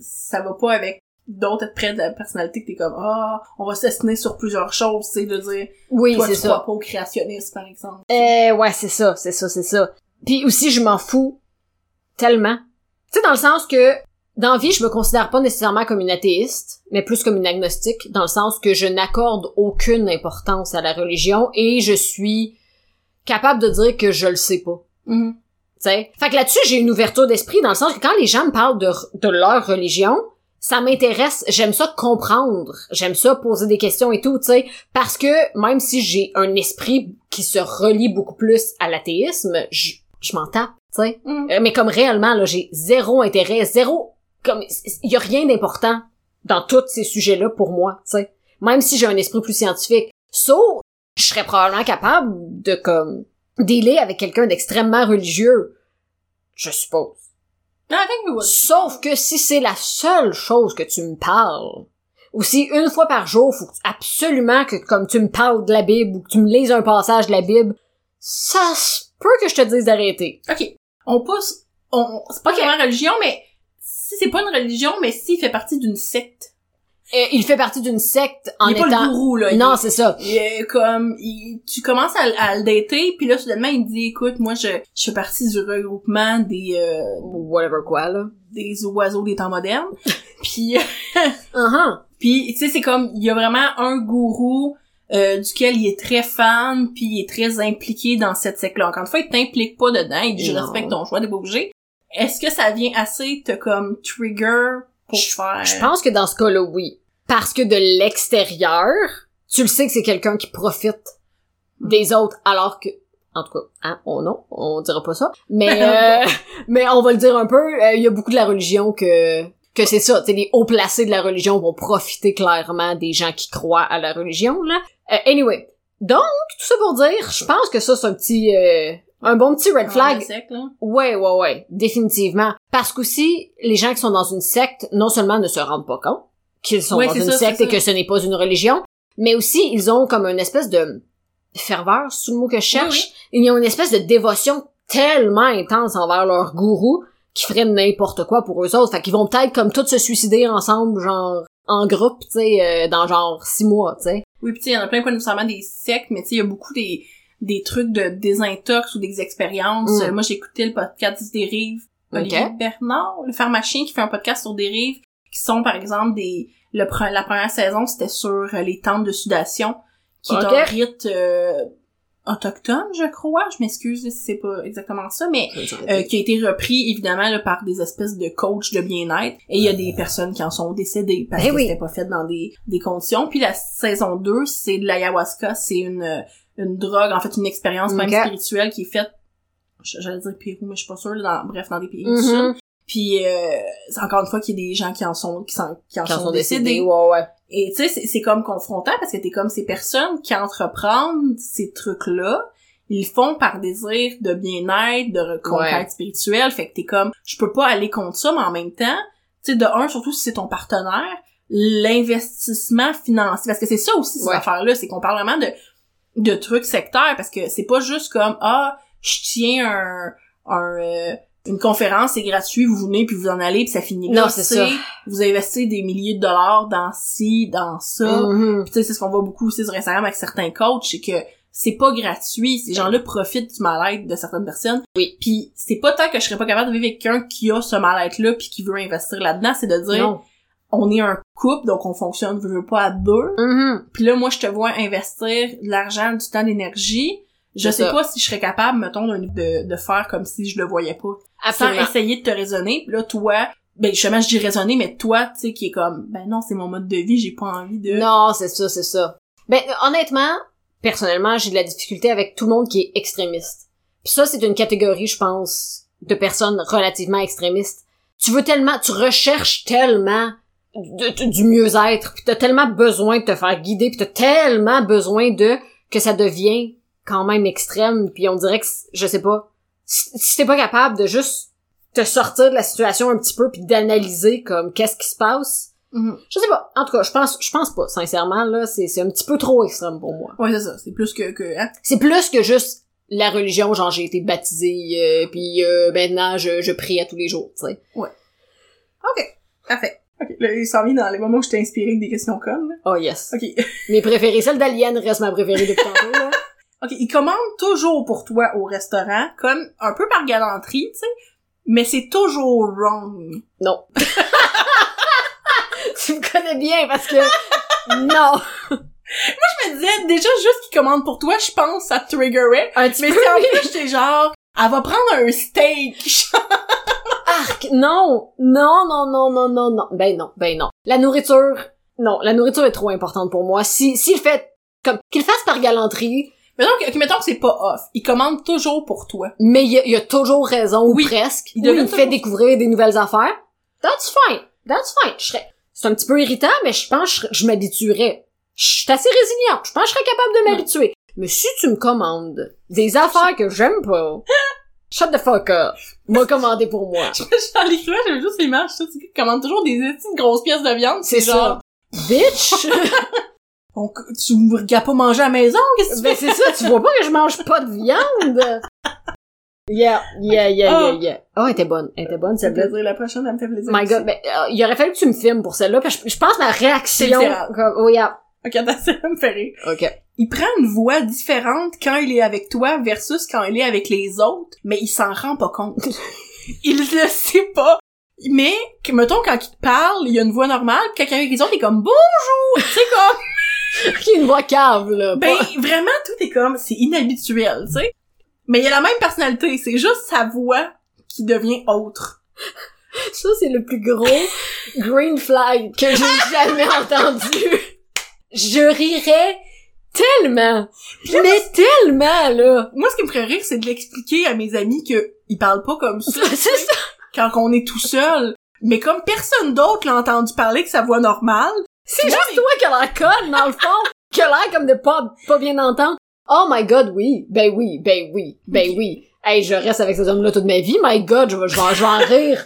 [SPEAKER 3] ça va pas avec d'autres traits de la personnalité que t'es comme, ah, on va s'assiner sur plusieurs choses, tu sais, de dire...
[SPEAKER 1] Oui,
[SPEAKER 3] Toi,
[SPEAKER 1] c'est
[SPEAKER 3] tu
[SPEAKER 1] ça.
[SPEAKER 3] crois pas au créationnisme, par exemple.
[SPEAKER 1] Euh, ouais, c'est ça, c'est ça, c'est ça. Puis aussi, je m'en fous tellement. Tu sais, dans le sens que, dans la vie, je me considère pas nécessairement comme une athéiste, mais plus comme une agnostique, dans le sens que je n'accorde aucune importance à la religion et je suis capable de dire que je le sais pas.
[SPEAKER 3] mm-hmm.
[SPEAKER 1] Tu sais? Fait que là-dessus, j'ai une ouverture d'esprit dans le sens que quand les gens me parlent de, de leur religion, ça m'intéresse, j'aime ça comprendre, j'aime ça poser des questions et tout, tu sais, parce que même si j'ai un esprit qui se relie beaucoup plus à l'athéisme, je, je m'en tape, tu sais.
[SPEAKER 3] Mhm.
[SPEAKER 1] Euh, Mais comme réellement, là, j'ai zéro intérêt, zéro, comme, il y a rien d'important dans tous ces sujets-là pour moi, tu sais. Même si j'ai un esprit plus scientifique. So, je serais probablement capable de, comme, dealer avec quelqu'un d'extrêmement religieux. Je suppose.
[SPEAKER 3] Non, Ah, I think we would.
[SPEAKER 1] Sauf que si c'est la seule chose que tu me parles, ou si une fois par jour, faut que tu- absolument que comme tu me parles de la Bible ou que tu me lises un passage de la Bible, ça se peut que je te dise d'arrêter.
[SPEAKER 3] OK. On pousse. On, on- c'est pas
[SPEAKER 1] Ok.
[SPEAKER 3] vraiment religion, mais si c'est pas une religion, mais s'il fait partie d'une secte.
[SPEAKER 1] Et Euh, il fait partie d'une secte en
[SPEAKER 3] il est
[SPEAKER 1] étant...
[SPEAKER 3] pas le gourou, là. il
[SPEAKER 1] non,
[SPEAKER 3] est-
[SPEAKER 1] c'est ça.
[SPEAKER 3] il est comme, il- tu commences à, l- à le dater, puis là, soudainement, il dit, écoute, moi, je, je fais partie du regroupement des, euh,
[SPEAKER 1] Whatever quoi, là.
[SPEAKER 3] des oiseaux des temps modernes. puis, euh,
[SPEAKER 1] Uh-huh.
[SPEAKER 3] puis tu sais, c'est comme, il y a vraiment un gourou euh, duquel il est très fan, puis il est très impliqué dans cette secte-là. Encore une fois, il t'implique pas dedans, il dit, je
[SPEAKER 1] Non.
[SPEAKER 3] respecte ton choix, t'es pas obligé. Est-ce que ça vient assez te, comme, trigger pour faire...
[SPEAKER 1] Je pense que dans ce cas-là, oui. Parce que de l'extérieur, tu le sais que c'est quelqu'un qui profite des autres, alors que... En tout cas, hein, on, non, on dira pas ça. Mais euh, mais on va le dire un peu, euh, il y a beaucoup de la religion que que c'est ça. tu sais, les hauts placés de la religion vont profiter clairement des gens qui croient à la religion. là. Euh, anyway, donc, tout ça pour dire, je pense que ça, c'est un petit... euh, un bon petit red flag.
[SPEAKER 3] Ah, le secte, là.
[SPEAKER 1] Ouais, ouais, ouais, définitivement. Parce qu'aussi, les gens qui sont dans une secte, non seulement ne se rendent pas compte qu'ils sont
[SPEAKER 3] Ouais,
[SPEAKER 1] dans
[SPEAKER 3] c'est
[SPEAKER 1] une
[SPEAKER 3] ça,
[SPEAKER 1] secte
[SPEAKER 3] c'est
[SPEAKER 1] et que ce n'est pas une religion, mais aussi, ils ont comme une espèce de ferveur, sous le mot que je cherche. Ils ont une espèce de dévotion tellement intense envers leur gourou qui ferait n'importe quoi pour eux autres. Fait qu'ils vont peut-être comme tous se suicider ensemble, genre, en groupe, tu sais, euh, dans genre six mois, tu sais.
[SPEAKER 3] Oui, pis tu sais, il y en a plein, pas nécessairement des sectes, mais tu sais, il y a beaucoup des, des trucs de désintox ou des expériences.
[SPEAKER 1] Mm.
[SPEAKER 3] Euh, Moi, j'ai écouté le podcast Dérive. Olivier Bernard, le pharmacien qui fait un podcast sur dérive, qui sont, par exemple, des, le, pre- la première saison, c'était sur euh, les tentes de sudation, qui
[SPEAKER 1] Ok.
[SPEAKER 3] est un rite, euh, autochtone, je crois. Je m'excuse si c'est pas exactement ça, mais euh, qui a été repris évidemment là, par des espèces de coachs de bien-être et il y a des personnes qui en sont décédées parce
[SPEAKER 1] Eh
[SPEAKER 3] que
[SPEAKER 1] oui.
[SPEAKER 3] c'était pas fait dans des, des conditions. Puis la saison 2, c'est de l'ayahuasca, c'est une une drogue, en fait une expérience même
[SPEAKER 1] Ok.
[SPEAKER 3] spirituelle qui est faite j- j'allais dire Pérou, mais je suis pas sûre, là, dans- bref, dans des pays du
[SPEAKER 1] Mhm.
[SPEAKER 3] Sud. Puis euh, c'est encore une fois qu'il y a des gens qui en sont qui, sont, qui en
[SPEAKER 1] Quand
[SPEAKER 3] sont,
[SPEAKER 1] ils sont
[SPEAKER 3] décédés.
[SPEAKER 1] décédés, ouais, ouais.
[SPEAKER 3] Et tu sais, c'est- c'est comme confrontant parce que t'es comme ces personnes qui entreprennent ces trucs-là, ils le font par désir de bien-être, de reconquête spirituelle. Fait que t'es comme, je peux pas aller contre ça, mais en même temps, tu sais, de un, surtout si c'est ton partenaire, l'investissement financier. Parce que c'est ça aussi, cette
[SPEAKER 1] Ouais.
[SPEAKER 3] affaire-là, c'est qu'on parle vraiment de, de trucs sectaires parce que c'est pas juste comme, ah, je tiens un, un, euh, une conférence, c'est gratuit, vous venez puis vous en allez puis ça finit là.
[SPEAKER 1] Non, c'est ça.
[SPEAKER 3] Vous investissez des milliers de dollars dans ci, dans ça.
[SPEAKER 1] Mhm.
[SPEAKER 3] Puis tu sais, c'est ce qu'on voit beaucoup aussi sur Instagram avec certains coachs, c'est que c'est pas gratuit. Ces gens-là profitent du mal-être de certaines personnes.
[SPEAKER 1] Oui.
[SPEAKER 3] Puis c'est pas tant que je serais pas capable de vivre avec quelqu'un qui a ce mal-être-là puis qui veut investir là-dedans, c'est de dire
[SPEAKER 1] Non.
[SPEAKER 3] on est un couple, donc on fonctionne veut, veut pas à deux.
[SPEAKER 1] Mhm.
[SPEAKER 3] Puis là, moi, je te vois investir de l'argent, du temps, de l'énergie. Je
[SPEAKER 1] C'est
[SPEAKER 3] sais
[SPEAKER 1] ça.
[SPEAKER 3] pas si je serais capable, mettons, de, de, de faire comme si je le voyais pas
[SPEAKER 1] Absolument.
[SPEAKER 3] sans essayer de te raisonner. Puis là, toi, ben justement, je dis raisonner, mais toi, tu sais, qui est comme, ben non, c'est mon mode de vie, j'ai pas envie de...
[SPEAKER 1] Non, c'est ça, c'est ça. Ben, euh, honnêtement, personnellement, j'ai de la difficulté avec tout le monde qui est extrémiste. Puis ça, c'est une catégorie, je pense, de personnes relativement extrémistes. Tu veux tellement, tu recherches tellement de- de- du mieux-être, puis t'as tellement besoin de te faire guider, puis t'as tellement besoin de que ça devient quand même extrême, puis on dirait que, c- je sais pas, si si t'es pas capable de juste te sortir de la situation un petit peu, puis d'analyser comme qu'est-ce qui se passe,
[SPEAKER 3] Mhm.
[SPEAKER 1] je sais pas. En tout cas, je pense, je pense pas. Sincèrement, là, c'est, c'est un petit peu trop extrême pour moi.
[SPEAKER 3] Ouais, c'est ça, c'est plus que... que hein.
[SPEAKER 1] C'est plus que juste la religion, genre j'ai été baptisée, euh, puis euh, maintenant je, je prie à tous les jours, tu sais.
[SPEAKER 3] Parfait. Ok, là, il s'en vient dans les moments où je t'ai inspiré avec des questions connes. là.
[SPEAKER 1] Oh yes.
[SPEAKER 3] Ok.
[SPEAKER 1] Mes préférés, celle d'Alien reste ma préférée depuis tantôt, là.
[SPEAKER 3] Ok, il commande toujours pour toi au restaurant, comme un peu par galanterie, tu sais, mais c'est toujours wrong.
[SPEAKER 1] Non. tu me connais bien parce que non.
[SPEAKER 3] Je me disais, déjà, juste qu'il commande pour toi, je pense, ça te triggerait.
[SPEAKER 1] Un petit
[SPEAKER 3] Mais
[SPEAKER 1] peu.
[SPEAKER 3] si en plus, j'étais genre, elle va prendre un steak.
[SPEAKER 1] Arc, non, non, non, non, non, non, non, ben non, ben non. La nourriture, non, la nourriture est trop importante pour moi. Si, s'il fait comme qu'il le fasse par galanterie,
[SPEAKER 3] mettons, que, ok, mettons que c'est pas off. Il commande toujours pour toi.
[SPEAKER 1] mais il y a, il y a toujours raison ou
[SPEAKER 3] Oui.
[SPEAKER 1] presque.
[SPEAKER 3] Il
[SPEAKER 1] Il,
[SPEAKER 3] devient
[SPEAKER 1] il me fait
[SPEAKER 3] toujours-
[SPEAKER 1] découvrir des nouvelles affaires. That's fine. That's fine. Je serais... C'est un petit peu irritant, mais je pense que je serais- je m'habituerais. Je suis assez résiliente. Je pense que je serais capable de m'habituer. Mais si tu me commandes des affaires que j'aime pas, shut the fuck up. M'a commandé pour moi.
[SPEAKER 3] J'en ai cru, j'aime juste l'image, ça, c'est qu'il commande toujours des petites grosses pièces de viande,
[SPEAKER 1] C'est ça. Bitch!
[SPEAKER 3] Donc, tu me regardes pas manger à la maison, qu'est-ce que tu fais?
[SPEAKER 1] ben c'est ça, tu vois pas que je mange pas de viande. Yeah, yeah, yeah, yeah,
[SPEAKER 3] Ah.
[SPEAKER 1] yeah. Oh, elle était bonne. Elle était bonne,
[SPEAKER 3] Ça
[SPEAKER 1] celle-là.
[SPEAKER 3] veut dire la prochaine, elle me fait plaisir.
[SPEAKER 1] My god, ben, euh, il aurait fallu que tu me filmes pour celle-là, parce que je, je pense ma réaction,
[SPEAKER 3] C'est différent.
[SPEAKER 1] comme, oh yeah.
[SPEAKER 3] Ok, attends, ça me fait rire.
[SPEAKER 1] Ok.
[SPEAKER 3] Il prend une voix différente quand il est avec toi versus quand il est avec les autres, mais il s'en rend pas compte. il le sait pas. Mais, que- mettons, quand il te parle, il y a une voix normale, puis quand il est avec les autres, il est comme « Bonjour! » C'est comme...
[SPEAKER 1] Qui une voix cave, là.
[SPEAKER 3] Ben,
[SPEAKER 1] pas-
[SPEAKER 3] vraiment, tout est comme... C'est inhabituel, tu sais. Mais il a la même personnalité, c'est juste sa voix qui devient autre.
[SPEAKER 1] Ça, c'est le plus gros green flag que j'ai jamais entendu. Je rirais tellement. Mais tellement, là.
[SPEAKER 3] Moi, ce qui me ferait rire, c'est de l'expliquer à mes amis que il parle pas comme ça.
[SPEAKER 1] C'est ça.
[SPEAKER 3] quand on est tout seul. Mais comme personne d'autre l'a entendu parler que sa voix normale,
[SPEAKER 1] C'est
[SPEAKER 3] Non,
[SPEAKER 1] juste
[SPEAKER 3] mais-
[SPEAKER 1] toi qui a la conne, dans le fond, qui a l'air comme de pas, pas bien entendre. Oh my god, oui. Ben oui, ben oui, ben oui. Hey, je reste avec cet homme-là toute ma vie. My god, je vais, je vais, en- je vais en rire.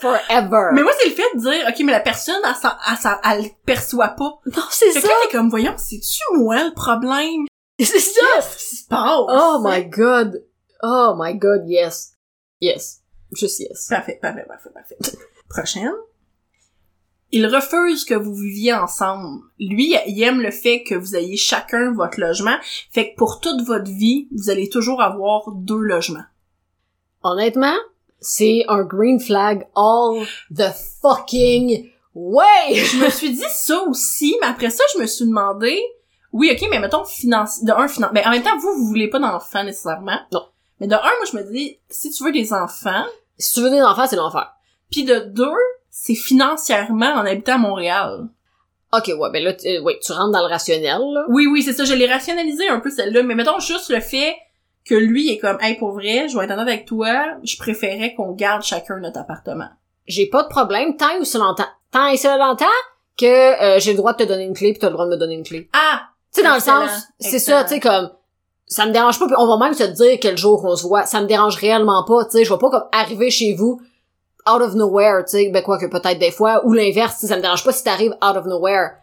[SPEAKER 1] Forever.
[SPEAKER 3] mais moi c'est le fait de dire ok mais la personne elle, s'en- elle, s'en- elle le perçoit pas.
[SPEAKER 1] non, c'est
[SPEAKER 3] Fait que
[SPEAKER 1] ça.
[SPEAKER 3] là, t'es comme voyons c'est tu moi le problème.
[SPEAKER 1] C'est ça.
[SPEAKER 3] Qu'est-ce qui se passe?
[SPEAKER 1] Oh my god. Oh my god, yes. Yes. Juste yes.
[SPEAKER 3] Parfait parfait parfait parfait. Prochaine. Il refuse que vous viviez ensemble. Lui, il aime le fait que vous ayez chacun votre logement. Fait que pour toute votre vie, vous allez toujours avoir deux logements.
[SPEAKER 1] Honnêtement, c'est un green flag all the fucking way!
[SPEAKER 3] je me suis dit ça aussi, mais après ça, je me suis demandé, oui, ok, mais mettons, finance, de un, finance, mais en même temps, vous, vous voulez pas d'enfants, nécessairement.
[SPEAKER 1] Non.
[SPEAKER 3] Mais de un, moi, je me dis, si tu veux des enfants,
[SPEAKER 1] Si tu veux des enfants, c'est l'enfer.
[SPEAKER 3] puis de deux, c'est financièrement en habitant à Montréal.
[SPEAKER 1] Ok, ouais, ben là, tu, euh, ouais, tu rentres dans le rationnel, là.
[SPEAKER 3] Oui, oui, c'est ça, je l'ai rationalisé un peu, celle-là, mais mettons juste le fait que lui est comme, hey, pour vrai, je vais être honnête avec toi, je préférais qu'on garde chacun notre appartement.
[SPEAKER 1] J'ai pas de problème tant et si longtemps. Tant et si longtemps que euh, j'ai le droit de te donner une clé pis t'as le droit de me donner une clé.
[SPEAKER 3] Ah!
[SPEAKER 1] Tu sais, dans le
[SPEAKER 3] Excellent,
[SPEAKER 1] sens, c'est ça,
[SPEAKER 3] excellent.
[SPEAKER 1] tu sais, comme, ça me dérange pas, pis on va même se dire quel jour qu'on se voit. Ça me dérange réellement pas, tu sais. Je vais pas comme arriver chez vous out of nowhere, tu sais. Ben, quoi que peut-être des fois, ou l'inverse, tu sais, ça me dérange pas si t'arrives out of nowhere.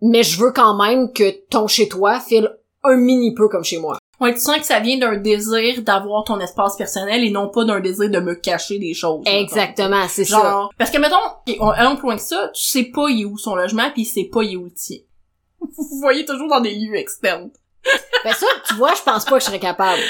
[SPEAKER 1] Mais je veux quand même que ton chez-toi file un mini peu comme chez moi.
[SPEAKER 3] Ouais, tu sens que ça vient d'un désir d'avoir ton espace personnel et non pas d'un désir de me cacher des choses. mettons.
[SPEAKER 1] Exactement, c'est ça.
[SPEAKER 3] Genre, parce que mettons, ok, on- allons plus loin que ça, tu sais pas il est où son logement puis il sait pas il est où le tien. Vous voyez toujours dans des lieux externes.
[SPEAKER 1] Ben ça, tu vois, je pense pas que je serais capable.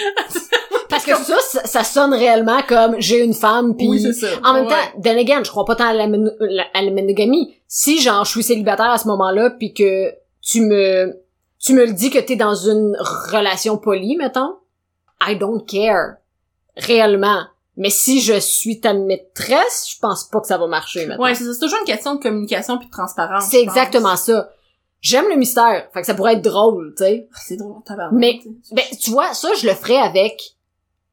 [SPEAKER 1] Parce que ça, ça, ça sonne réellement comme j'ai une femme puis.
[SPEAKER 3] ça.
[SPEAKER 1] en même
[SPEAKER 3] Ouais.
[SPEAKER 1] temps, then again, je crois pas tant à la, mono- la- à la monogamie. Si genre je suis célibataire à ce moment-là puis que tu me tu me le dis que t'es dans une relation polie, mettons, I don't care réellement. Mais si je suis ta maîtresse, je pense pas que ça va marcher maintenant.
[SPEAKER 3] Ouais, c'est ça, c'est toujours une question de communication puis de transparence.
[SPEAKER 1] c'est
[SPEAKER 3] je pense.
[SPEAKER 1] exactement ça. J'aime le mystère, fait que ça pourrait être drôle, tu sais.
[SPEAKER 3] Ah, C'est drôle, tabarnak.
[SPEAKER 1] Mais-
[SPEAKER 3] tu sais.
[SPEAKER 1] Ben, tu vois, ça, je le ferais avec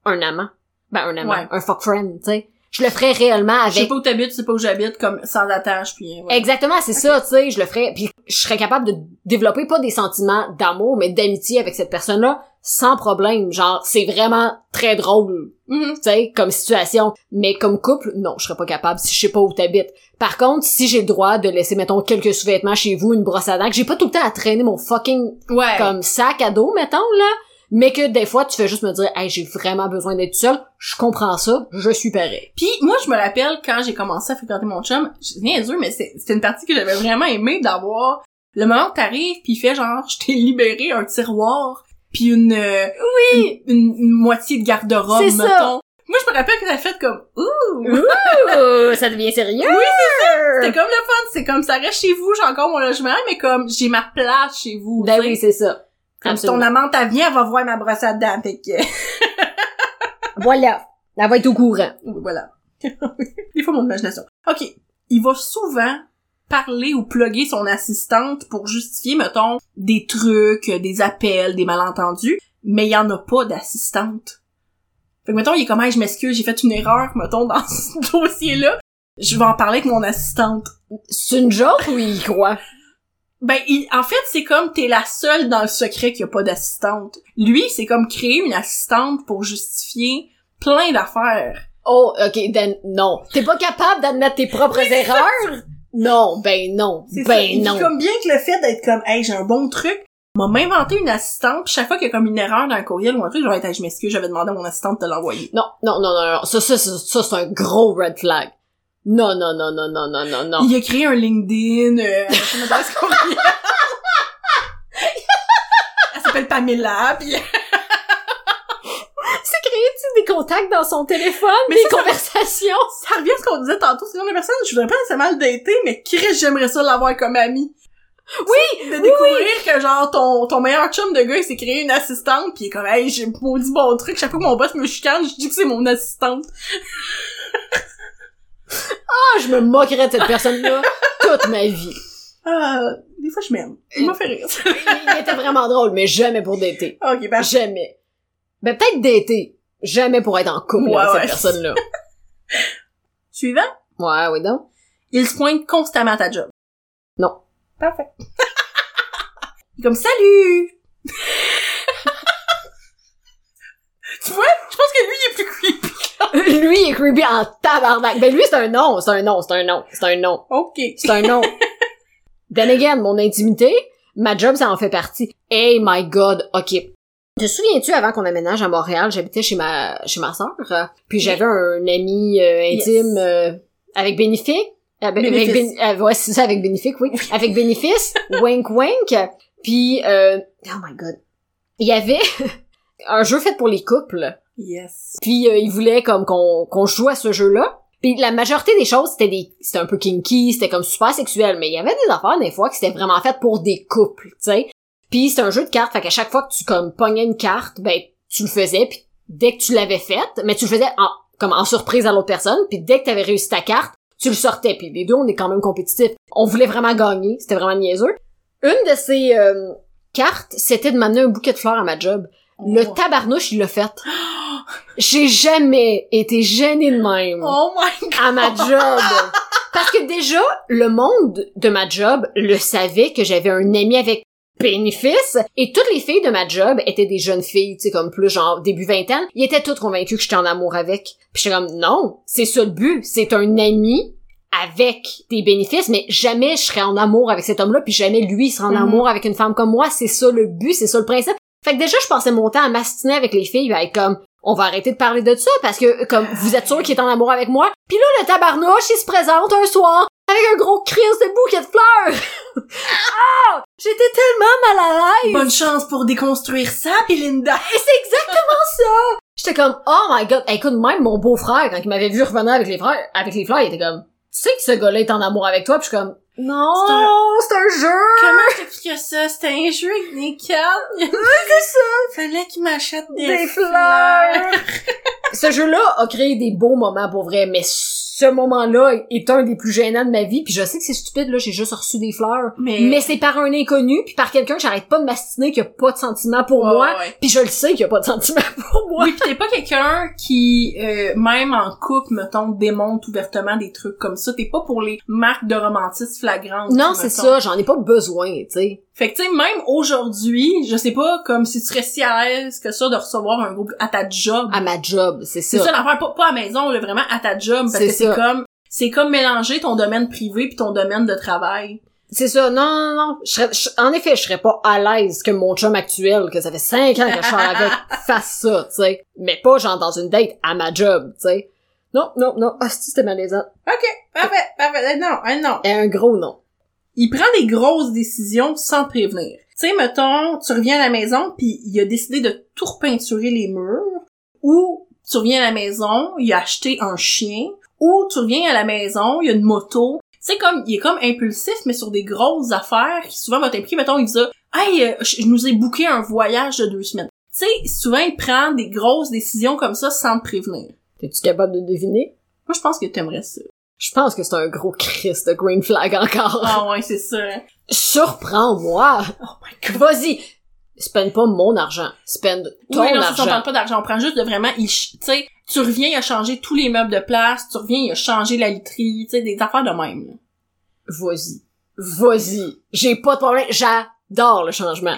[SPEAKER 1] un amant. Ben, un amant.
[SPEAKER 3] Ouais.
[SPEAKER 1] Un fuck friend, tu sais. Je le ferais réellement
[SPEAKER 3] je sais
[SPEAKER 1] avec...
[SPEAKER 3] pas où t'habites, je sais pas où j'habite, comme sans attache puis. ouais.
[SPEAKER 1] Exactement, c'est ça, tu sais. Je le ferais... Puis je serais capable de développer pas des sentiments d'amour, mais d'amitié avec cette personne-là, sans problème. Genre, c'est vraiment très drôle,
[SPEAKER 3] Mhm.
[SPEAKER 1] tu sais, comme situation. Mais comme couple, non, je serais pas capable si je sais pas où t'habites. Par contre, si j'ai le droit de laisser, mettons, quelques sous-vêtements chez vous, une brosse à dents, que j'ai pas tout le temps à traîner mon fucking
[SPEAKER 3] Ouais.
[SPEAKER 1] comme sac à dos, mettons, là. Mais que des fois, tu fais juste me dire, hey, j'ai vraiment besoin d'être seule. Je comprends ça. Je suis pareil.
[SPEAKER 3] Puis moi, je me rappelle quand j'ai commencé à fréquenter mon chum, je niaiseux, mais c'est- c'était une partie que j'avais vraiment aimé d'avoir le moment où t'arrives puis il fait genre, je t'ai libéré un tiroir puis une oui une, une- une moitié de garde-robe
[SPEAKER 1] C'est
[SPEAKER 3] mettons.
[SPEAKER 1] ça.
[SPEAKER 3] Moi, je me rappelle que t'as fait comme ouh,
[SPEAKER 1] ça devient sérieux? Oui,
[SPEAKER 3] c'était comme le fun, c'est comme ça reste chez vous, j'ai encore mon logement, mais comme j'ai ma place chez vous.
[SPEAKER 1] Ben
[SPEAKER 3] tu sais.
[SPEAKER 1] oui, c'est ça.
[SPEAKER 3] comme si ton
[SPEAKER 1] Absolument.
[SPEAKER 3] amante elle vient, elle va voir ma brosse à dents, fait que
[SPEAKER 1] Voilà. Elle va être au courant.
[SPEAKER 3] Oui, voilà. Des fois, mon imagination. OK. Il va souvent parler ou plugger son assistante pour justifier, mettons, des trucs, euh, des appels, des malentendus, mais il y en a pas d'assistante. Fait que, mettons, il est comme, Hey, je m'excuse, j'ai fait une erreur, mettons, dans ce dossier-là. Je vais en parler avec mon assistante.
[SPEAKER 1] C'est une joke ou il y croit?
[SPEAKER 3] Ben, il- en fait, c'est comme, t'es la seule dans le secret qui a pas d'assistante. Lui, c'est comme créer une assistante pour justifier plein d'affaires.
[SPEAKER 1] Oh, ok, then, non. T'es pas capable d'admettre tes propres erreurs? Non, ben non.
[SPEAKER 3] C'est ça.
[SPEAKER 1] Ben
[SPEAKER 3] Il dit
[SPEAKER 1] non.
[SPEAKER 3] comme bien que le fait d'être comme, hey, j'ai un bon truc, m'a inventé une assistante, pis chaque fois qu'il y a comme une erreur dans un courriel ou un truc, j'aurais été, je m'excuse, j'avais demandé à mon assistante de l'envoyer.
[SPEAKER 1] Non, non, non, non, non. Ça, ça, ça, ça, c'est un gros red flag. Non, non, non, non, non, non, non, non.
[SPEAKER 3] Il a créé un LinkedIn, euh, son adresse courriel. Elle s'appelle Pamela, pis
[SPEAKER 1] C'est créé-tu des contacts dans son téléphone,
[SPEAKER 3] Mais
[SPEAKER 1] des
[SPEAKER 3] ça, ça-
[SPEAKER 1] conversations?
[SPEAKER 3] ça revient à ce qu'on disait tantôt, c'est le genre de personne, je voudrais pas nécessairement le dater, mais Chris, j'aimerais ça l'avoir comme ami. Oui! De découvrir que genre ton, ton meilleur chum de gars, il s'est créé une assistante pis il est comme Hey, j'ai maudit bon truc, chaque fois que mon boss me chicane, je dis que c'est mon assistante.
[SPEAKER 1] Ah, je me moquerais de cette personne-là toute ma vie.
[SPEAKER 3] Euh, des fois je m'aime. Il m'a fait rire.
[SPEAKER 1] Il, il était vraiment drôle, mais jamais pour dater.
[SPEAKER 3] ok, ben
[SPEAKER 1] Jamais. Ben, peut-être dater. Jamais pour être en couple
[SPEAKER 3] Ouais,
[SPEAKER 1] avec cette
[SPEAKER 3] ouais.
[SPEAKER 1] personne-là.
[SPEAKER 3] suivant,
[SPEAKER 1] Ouais, oui, donc.
[SPEAKER 3] il se pointe constamment à ta job.
[SPEAKER 1] Non.
[SPEAKER 3] Parfait. il est comme Salut! tu vois, je pense que lui il est plus creepy.
[SPEAKER 1] lui, il est creepy en tabarnak. Ben, lui, c'est un nom, c'est un nom, c'est un nom, c'est un nom,
[SPEAKER 3] Ok.
[SPEAKER 1] c'est un nom. Then again, mon intimité, ma job, ça en fait partie. Hey my god, ok. Te souviens-tu, avant qu'on aménage à Montréal, j'habitais chez ma, chez ma sœur, euh, puis j'avais un ami euh,
[SPEAKER 3] Yes.
[SPEAKER 1] intime euh, avec bénéfique. Avec, avec
[SPEAKER 3] Bénéfice.
[SPEAKER 1] Bén- euh, ouais, c'est ça, avec bénéfique, oui. Avec bénéfice, wink wink. Puis, euh, oh my god. Il y avait un jeu fait pour les couples.
[SPEAKER 3] Yes.
[SPEAKER 1] Puis euh, ils voulaient comme qu'on qu'on joue à ce jeu-là. Puis la majorité des choses, c'était des c'était un peu kinky, c'était comme super sexuel, mais il y avait des affaires des fois que c'était vraiment fait pour des couples, tu sais. Puis c'est un jeu de cartes, fait qu'à chaque fois que tu comme pognais une carte, ben tu le faisais puis dès que tu l'avais faite, mais tu le faisais en, comme en surprise à l'autre personne, puis dès que tu avais réussi ta carte, tu le sortais. Puis les deux, on est quand même compétitifs. On voulait vraiment gagner, c'était vraiment niaiseux. Une de ces euh, cartes, c'était de m'amener un bouquet de fleurs à ma job. Le
[SPEAKER 3] Oh.
[SPEAKER 1] tabarnouche, il l'a fait. J'ai jamais été gênée de même
[SPEAKER 3] Oh my god!
[SPEAKER 1] à ma job. Parce que déjà, le monde de ma job le savait que j'avais un ami avec bénéfice et toutes les filles de ma job étaient des jeunes filles, tu sais, comme plus genre début vingtaine. Ils étaient toutes convaincues que j'étais en amour avec. Puis j'étais comme, non, c'est ça le but. C'est un ami avec des bénéfices, mais jamais je serais en amour avec cet homme-là, puis jamais lui sera en
[SPEAKER 3] Mhm.
[SPEAKER 1] amour avec une femme comme moi. C'est ça le but, c'est ça le principe. Fait que déjà, je passais mon temps à m'astiner avec les filles, à être comme, on va arrêter de parler de ça parce que comme vous êtes sûr qu'il est en amour avec moi. Puis là le tabarnouche il se présente un soir avec un gros crise de bouquet de fleurs. ah, j'étais tellement mal à l'aise.
[SPEAKER 3] Bonne chance pour déconstruire ça, Belinda!
[SPEAKER 1] Et c'est exactement ça. J'étais comme oh my god. Hey, écoute même mon beau-frère quand il m'avait vu revenir avec les frères avec les fleurs, il était comme tu sais que ce gars-là est en amour avec toi. Puis je suis comme non,
[SPEAKER 3] C'est
[SPEAKER 1] c'est un... jeu.
[SPEAKER 3] Comment je t'explique ça? C'était un jeu avec des cartes. c'est ça! Fallait qu'il m'achète des,
[SPEAKER 1] ce jeu-là a créé des beaux moments pour vrai, mais ce moment-là est un des plus gênants de ma vie. Puis je sais que c'est stupide là, j'ai juste reçu des fleurs.
[SPEAKER 3] Mais,
[SPEAKER 1] Mais c'est par un inconnu, puis par quelqu'un que j'arrête pas de m'astiner qui a pas de sentiment pour
[SPEAKER 3] Ouais,
[SPEAKER 1] moi,
[SPEAKER 3] ouais.
[SPEAKER 1] puis je le sais qu'il y a pas de sentiment pour moi.
[SPEAKER 3] Oui, pis t'es pas quelqu'un qui, euh, même en couple, mettons, démonte ouvertement des trucs comme ça. T'es pas pour les marques de romantisme flagrantes.
[SPEAKER 1] Non,
[SPEAKER 3] mettons.
[SPEAKER 1] c'est ça, j'en ai pas besoin, tu sais.
[SPEAKER 3] Fait que, tu sais, même aujourd'hui, je sais pas, comme si tu serais si à l'aise que ça de recevoir un groupe à ta job.
[SPEAKER 1] À ma job, c'est
[SPEAKER 3] C'est
[SPEAKER 1] Ah, ça.
[SPEAKER 3] ça l'affaire, pas, pas à la maison, là, vraiment à ta job, parce
[SPEAKER 1] C'est
[SPEAKER 3] que c'est
[SPEAKER 1] ça.
[SPEAKER 3] comme, c'est comme mélanger ton domaine privé puis ton domaine de travail.
[SPEAKER 1] C'est ça. Non, non, non. Je serais- je- en effet, je serais pas à l'aise que mon chum actuel, que ça fait cinq ans que je sors avec, fasse ça, tu sais. Mais pas genre dans une date à ma job, tu sais. Non, non, non. Ah, si, c'était malaisant.
[SPEAKER 3] Parfait, parfait, Eh, non, non.
[SPEAKER 1] Et un gros non.
[SPEAKER 3] Il prend des grosses décisions sans te prévenir. Tu sais, mettons, tu reviens à la maison puis il a décidé de tout repeinturer les murs, ou tu reviens à la maison, il a acheté un chien, ou tu reviens à la maison, il y a une moto. Tu sais, comme, il est comme impulsif, mais sur des grosses affaires qui souvent vont t'impliquer. Mettons, il dit, hey, euh, je je nous ai booké un voyage de deux semaines. Tu sais, souvent, il prend des grosses décisions comme ça sans te prévenir.
[SPEAKER 1] Es-tu capable de deviner?
[SPEAKER 3] Moi, je pense que t'aimerais ça.
[SPEAKER 1] Je pense que c'est un gros Chris de green flag encore.
[SPEAKER 3] Ah ouais, c'est ça. hein.
[SPEAKER 1] Surprends-moi!
[SPEAKER 3] Oh my
[SPEAKER 1] Vas-y! Spend pas mon argent. Spend ton
[SPEAKER 3] oui, non, c'est ça, on
[SPEAKER 1] argent.
[SPEAKER 3] parle pas d'argent, on prend juste de vraiment, il ch- tu sais, tu reviens, il a changé tous les meubles de place, tu reviens, il a changé la literie, tu sais, des affaires de même. là.
[SPEAKER 1] Vas-y. Vas-y. J'ai pas de problème. J'adore le changement.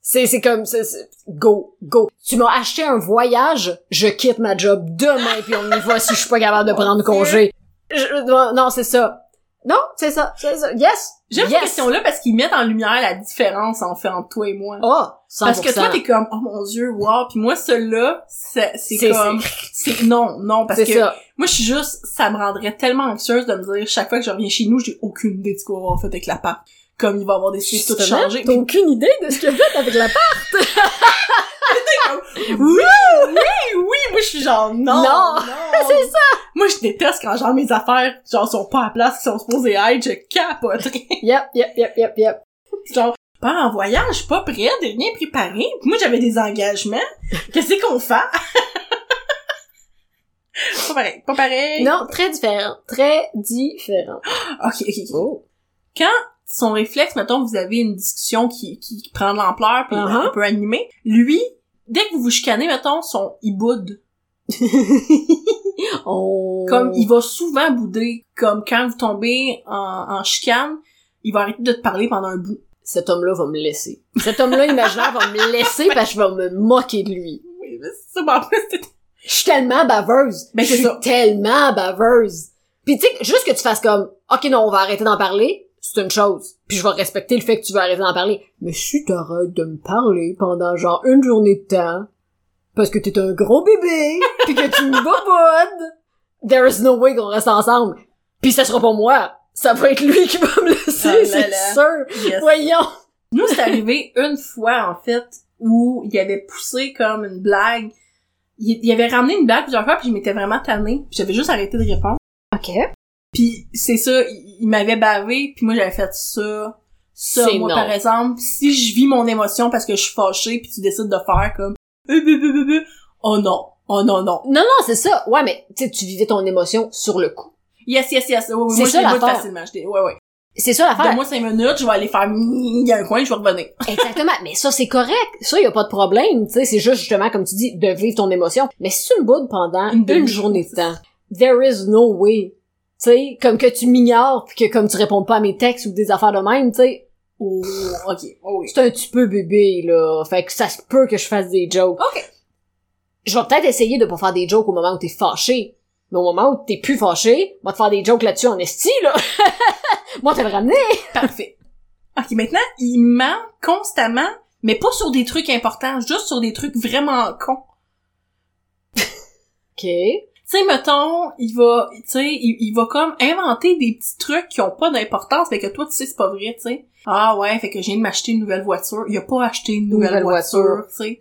[SPEAKER 1] C'est, c'est comme, c'est, c'est- go, go. Tu m'as acheté un voyage, je quitte ma job demain puis on y va si je suis pas capable de prendre congé. Je- non, non, c'est ça. Non, c'est ça, c'est ça. Yes!
[SPEAKER 3] J'aime
[SPEAKER 1] yes.
[SPEAKER 3] cette question-là parce qu'ils mettent en lumière la différence en fait entre toi et moi.
[SPEAKER 1] Oh, 100%.
[SPEAKER 3] Parce que toi, t'es comme, oh mon dieu, wow. Puis moi, celui-là, c'est c'est comme... c'est Non, non, parce
[SPEAKER 1] C'est
[SPEAKER 3] que
[SPEAKER 1] ça.
[SPEAKER 3] moi, je suis juste... Ça me rendrait tellement anxieuse de me dire, chaque fois que je reviens chez nous, j'ai aucune idée de ce qu'on va avoir fait avec la part. Comme il va avoir des choses toutes
[SPEAKER 1] Justement,
[SPEAKER 3] changées.
[SPEAKER 1] T'as aucune idée de ce qu'il a fait avec la part.
[SPEAKER 3] Oui, oui, oui, moi je suis genre non.
[SPEAKER 1] Non.
[SPEAKER 3] c'est ça. Moi je déteste quand genre mes affaires genre sont pas à place, qui sont supposées être, je capoterais.
[SPEAKER 1] Yep, yep, yep, yep, yep.
[SPEAKER 3] genre pas en voyage, pas prêt, de rien préparé. Puis Moi j'avais des engagements. Qu'est-ce qu'on fait Pas pareil, pas pareil.
[SPEAKER 1] Non, très différent. Très différent.
[SPEAKER 3] OK, OK. ok.
[SPEAKER 1] Oh.
[SPEAKER 3] Son réflexe, mettons vous avez une discussion qui qui prend de l'ampleur puis
[SPEAKER 1] Uh-huh.
[SPEAKER 3] un peu animée, lui Dès que vous vous chicanez, mettons, son, il boude.
[SPEAKER 1] Oh.
[SPEAKER 3] Comme il va souvent bouder, comme quand vous tombez en, en chicane, il va arrêter de te parler pendant un bout.
[SPEAKER 1] Cet homme-là va me laisser. Cet homme-là imaginaire va me laisser parce que je vais me moquer de lui.
[SPEAKER 3] Oui, mais c'est ça, mais en plus, c'est-
[SPEAKER 1] Je suis tellement baveuse.
[SPEAKER 3] Ben,
[SPEAKER 1] je
[SPEAKER 3] c'est
[SPEAKER 1] suis
[SPEAKER 3] ça.
[SPEAKER 1] tellement baveuse. Puis tu sais, juste que tu fasses comme, ok, non, on va arrêter d'en parler, c'est une chose. Puis je vais respecter le fait que tu veux arrêter d'en parler. Mais si t'arrêtes de me parler pendant genre une journée de temps, parce que t'es un gros bébé, puis que tu me babodes, there is no way qu'on reste ensemble. Puis ça sera pas moi. Ça va être lui qui va me laisser,
[SPEAKER 3] Ah là
[SPEAKER 1] c'est
[SPEAKER 3] là.
[SPEAKER 1] sûr. Voyons.
[SPEAKER 3] Nous, c'est arrivé une fois, en fait, où il avait poussé comme une blague. Il, il avait ramené une blague plusieurs fois, puis je m'étais vraiment tannée. Puis j'avais juste arrêté de répondre.
[SPEAKER 1] Ok.
[SPEAKER 3] Puis c'est ça, il, il m'avait bavé, puis moi, j'avais fait ça. Ça,
[SPEAKER 1] C'est
[SPEAKER 3] moi,
[SPEAKER 1] non.
[SPEAKER 3] par exemple, si je vis mon émotion parce que je suis fâchée, puis tu décides de faire comme... Euh, bu, bu, bu, bu. Oh non, oh non, non.
[SPEAKER 1] Non, non, c'est ça. Ouais, mais tu sais, tu vivais ton émotion sur le coup.
[SPEAKER 3] Yes, yes, yes. Ouais, ouais,
[SPEAKER 1] C'est ça,
[SPEAKER 3] moi, je les boude
[SPEAKER 1] l'affaire.
[SPEAKER 3] facilement. Je les- ouais, ouais.
[SPEAKER 1] C'est ça l'affaire.
[SPEAKER 3] Donne-moi cinq minutes, je vais aller faire il y a un coin, je vais revenir.
[SPEAKER 1] Exactement, mais ça c'est correct, ça y a pas de problème, tu sais, c'est juste justement comme tu dis de vivre ton émotion. Mais si tu me boudes pendant
[SPEAKER 3] Une
[SPEAKER 1] une,
[SPEAKER 3] demi-
[SPEAKER 1] journée de temps, there is no way, tu sais, comme que tu m'ignores puis que comme tu réponds pas à mes textes ou des affaires de même, tu sais,
[SPEAKER 3] Oh, ok. Oh, oui.
[SPEAKER 1] c'est un petit peu bébé là, fait que ça se peut que je fasse des jokes.
[SPEAKER 3] Ok.
[SPEAKER 1] Je vais peut-être essayer de pas faire des jokes au moment où t'es fâché, mais au moment où t'es plus fâché, moi te faire des jokes là-dessus en esti là, moi te le ramener.
[SPEAKER 3] Parfait. Ok, maintenant, il ment constamment, mais pas sur des trucs importants, juste sur des trucs vraiment cons.
[SPEAKER 1] Ok.
[SPEAKER 3] Tu sais, mettons, il va, tu sais, il, il va comme inventer des petits trucs qui ont pas d'importance, mais que toi, tu sais, c'est pas vrai, tu sais. Ah ouais, fait que je viens de m'acheter une nouvelle voiture. Il a pas acheté une nouvelle,
[SPEAKER 1] Nouvelle voiture.
[SPEAKER 3] voiture, tu sais.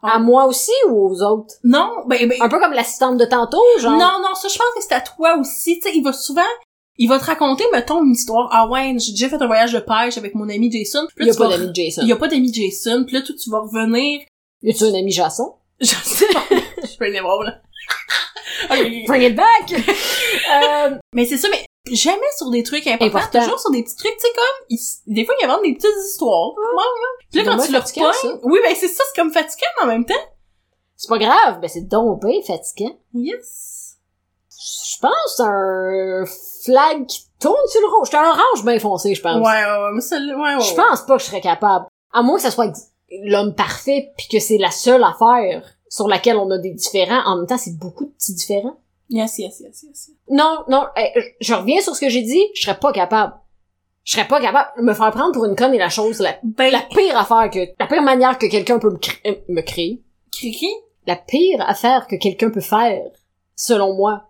[SPEAKER 1] À moi aussi ou aux autres?
[SPEAKER 3] Non, ben, ben,
[SPEAKER 1] Un peu comme l'assistante de tantôt, genre.
[SPEAKER 3] Non, non, ça, je pense que c'est à toi aussi. Tu sais, il va souvent... Il va te raconter, mettons, une histoire. Ah ouais, j'ai déjà fait un voyage de pêche avec mon ami Jason.
[SPEAKER 1] Il
[SPEAKER 3] Puis là,
[SPEAKER 1] y a
[SPEAKER 3] tu
[SPEAKER 1] pas
[SPEAKER 3] vas-
[SPEAKER 1] d'ami de Jason.
[SPEAKER 3] Il y a pas d'ami Jason. Puis là, toi, tu vas revenir.
[SPEAKER 1] Y a-tu un ami Jason?
[SPEAKER 3] Je sais pas. je peux les voir, là. Ok.
[SPEAKER 1] Bring it back! euh,
[SPEAKER 3] Mais c'est ça, mais jamais sur des trucs importants.
[SPEAKER 1] Important.
[SPEAKER 3] Toujours sur des petits trucs, tu sais, comme... il s- Des fois, il invente des petites histoires.
[SPEAKER 1] Ah.
[SPEAKER 3] Ouais, ouais. Puis là, quand
[SPEAKER 1] dommage
[SPEAKER 3] tu le
[SPEAKER 1] fatigant, ça.
[SPEAKER 3] repognes... Oui, ben c'est ça, c'est comme fatigant en même temps.
[SPEAKER 1] c'est pas grave, ben c'est donc bien fatigant.
[SPEAKER 3] Yes.
[SPEAKER 1] Je pense un flag qui tourne sur le rouge. C'est un orange bien foncé, je
[SPEAKER 3] Ouais,
[SPEAKER 1] pense.
[SPEAKER 3] ouais, ouais. mais ça, ouais, ouais, ouais.
[SPEAKER 1] Je pense pas que je serais capable. À moins que ça soit ex- l'homme parfait puis que c'est la seule affaire sur laquelle on a des différents. En même temps, c'est beaucoup de petits différents.
[SPEAKER 3] Yes, yes, yes, yes.
[SPEAKER 1] Non, non, hey, je- je reviens sur ce que j'ai dit, je serais pas capable. Je serais pas capable. Me faire prendre pour une conne est la chose la
[SPEAKER 3] Ben,
[SPEAKER 1] la pire affaire que la pire manière que quelqu'un peut me, cr- euh, me créer
[SPEAKER 3] Kiki,
[SPEAKER 1] la pire affaire que quelqu'un peut faire selon moi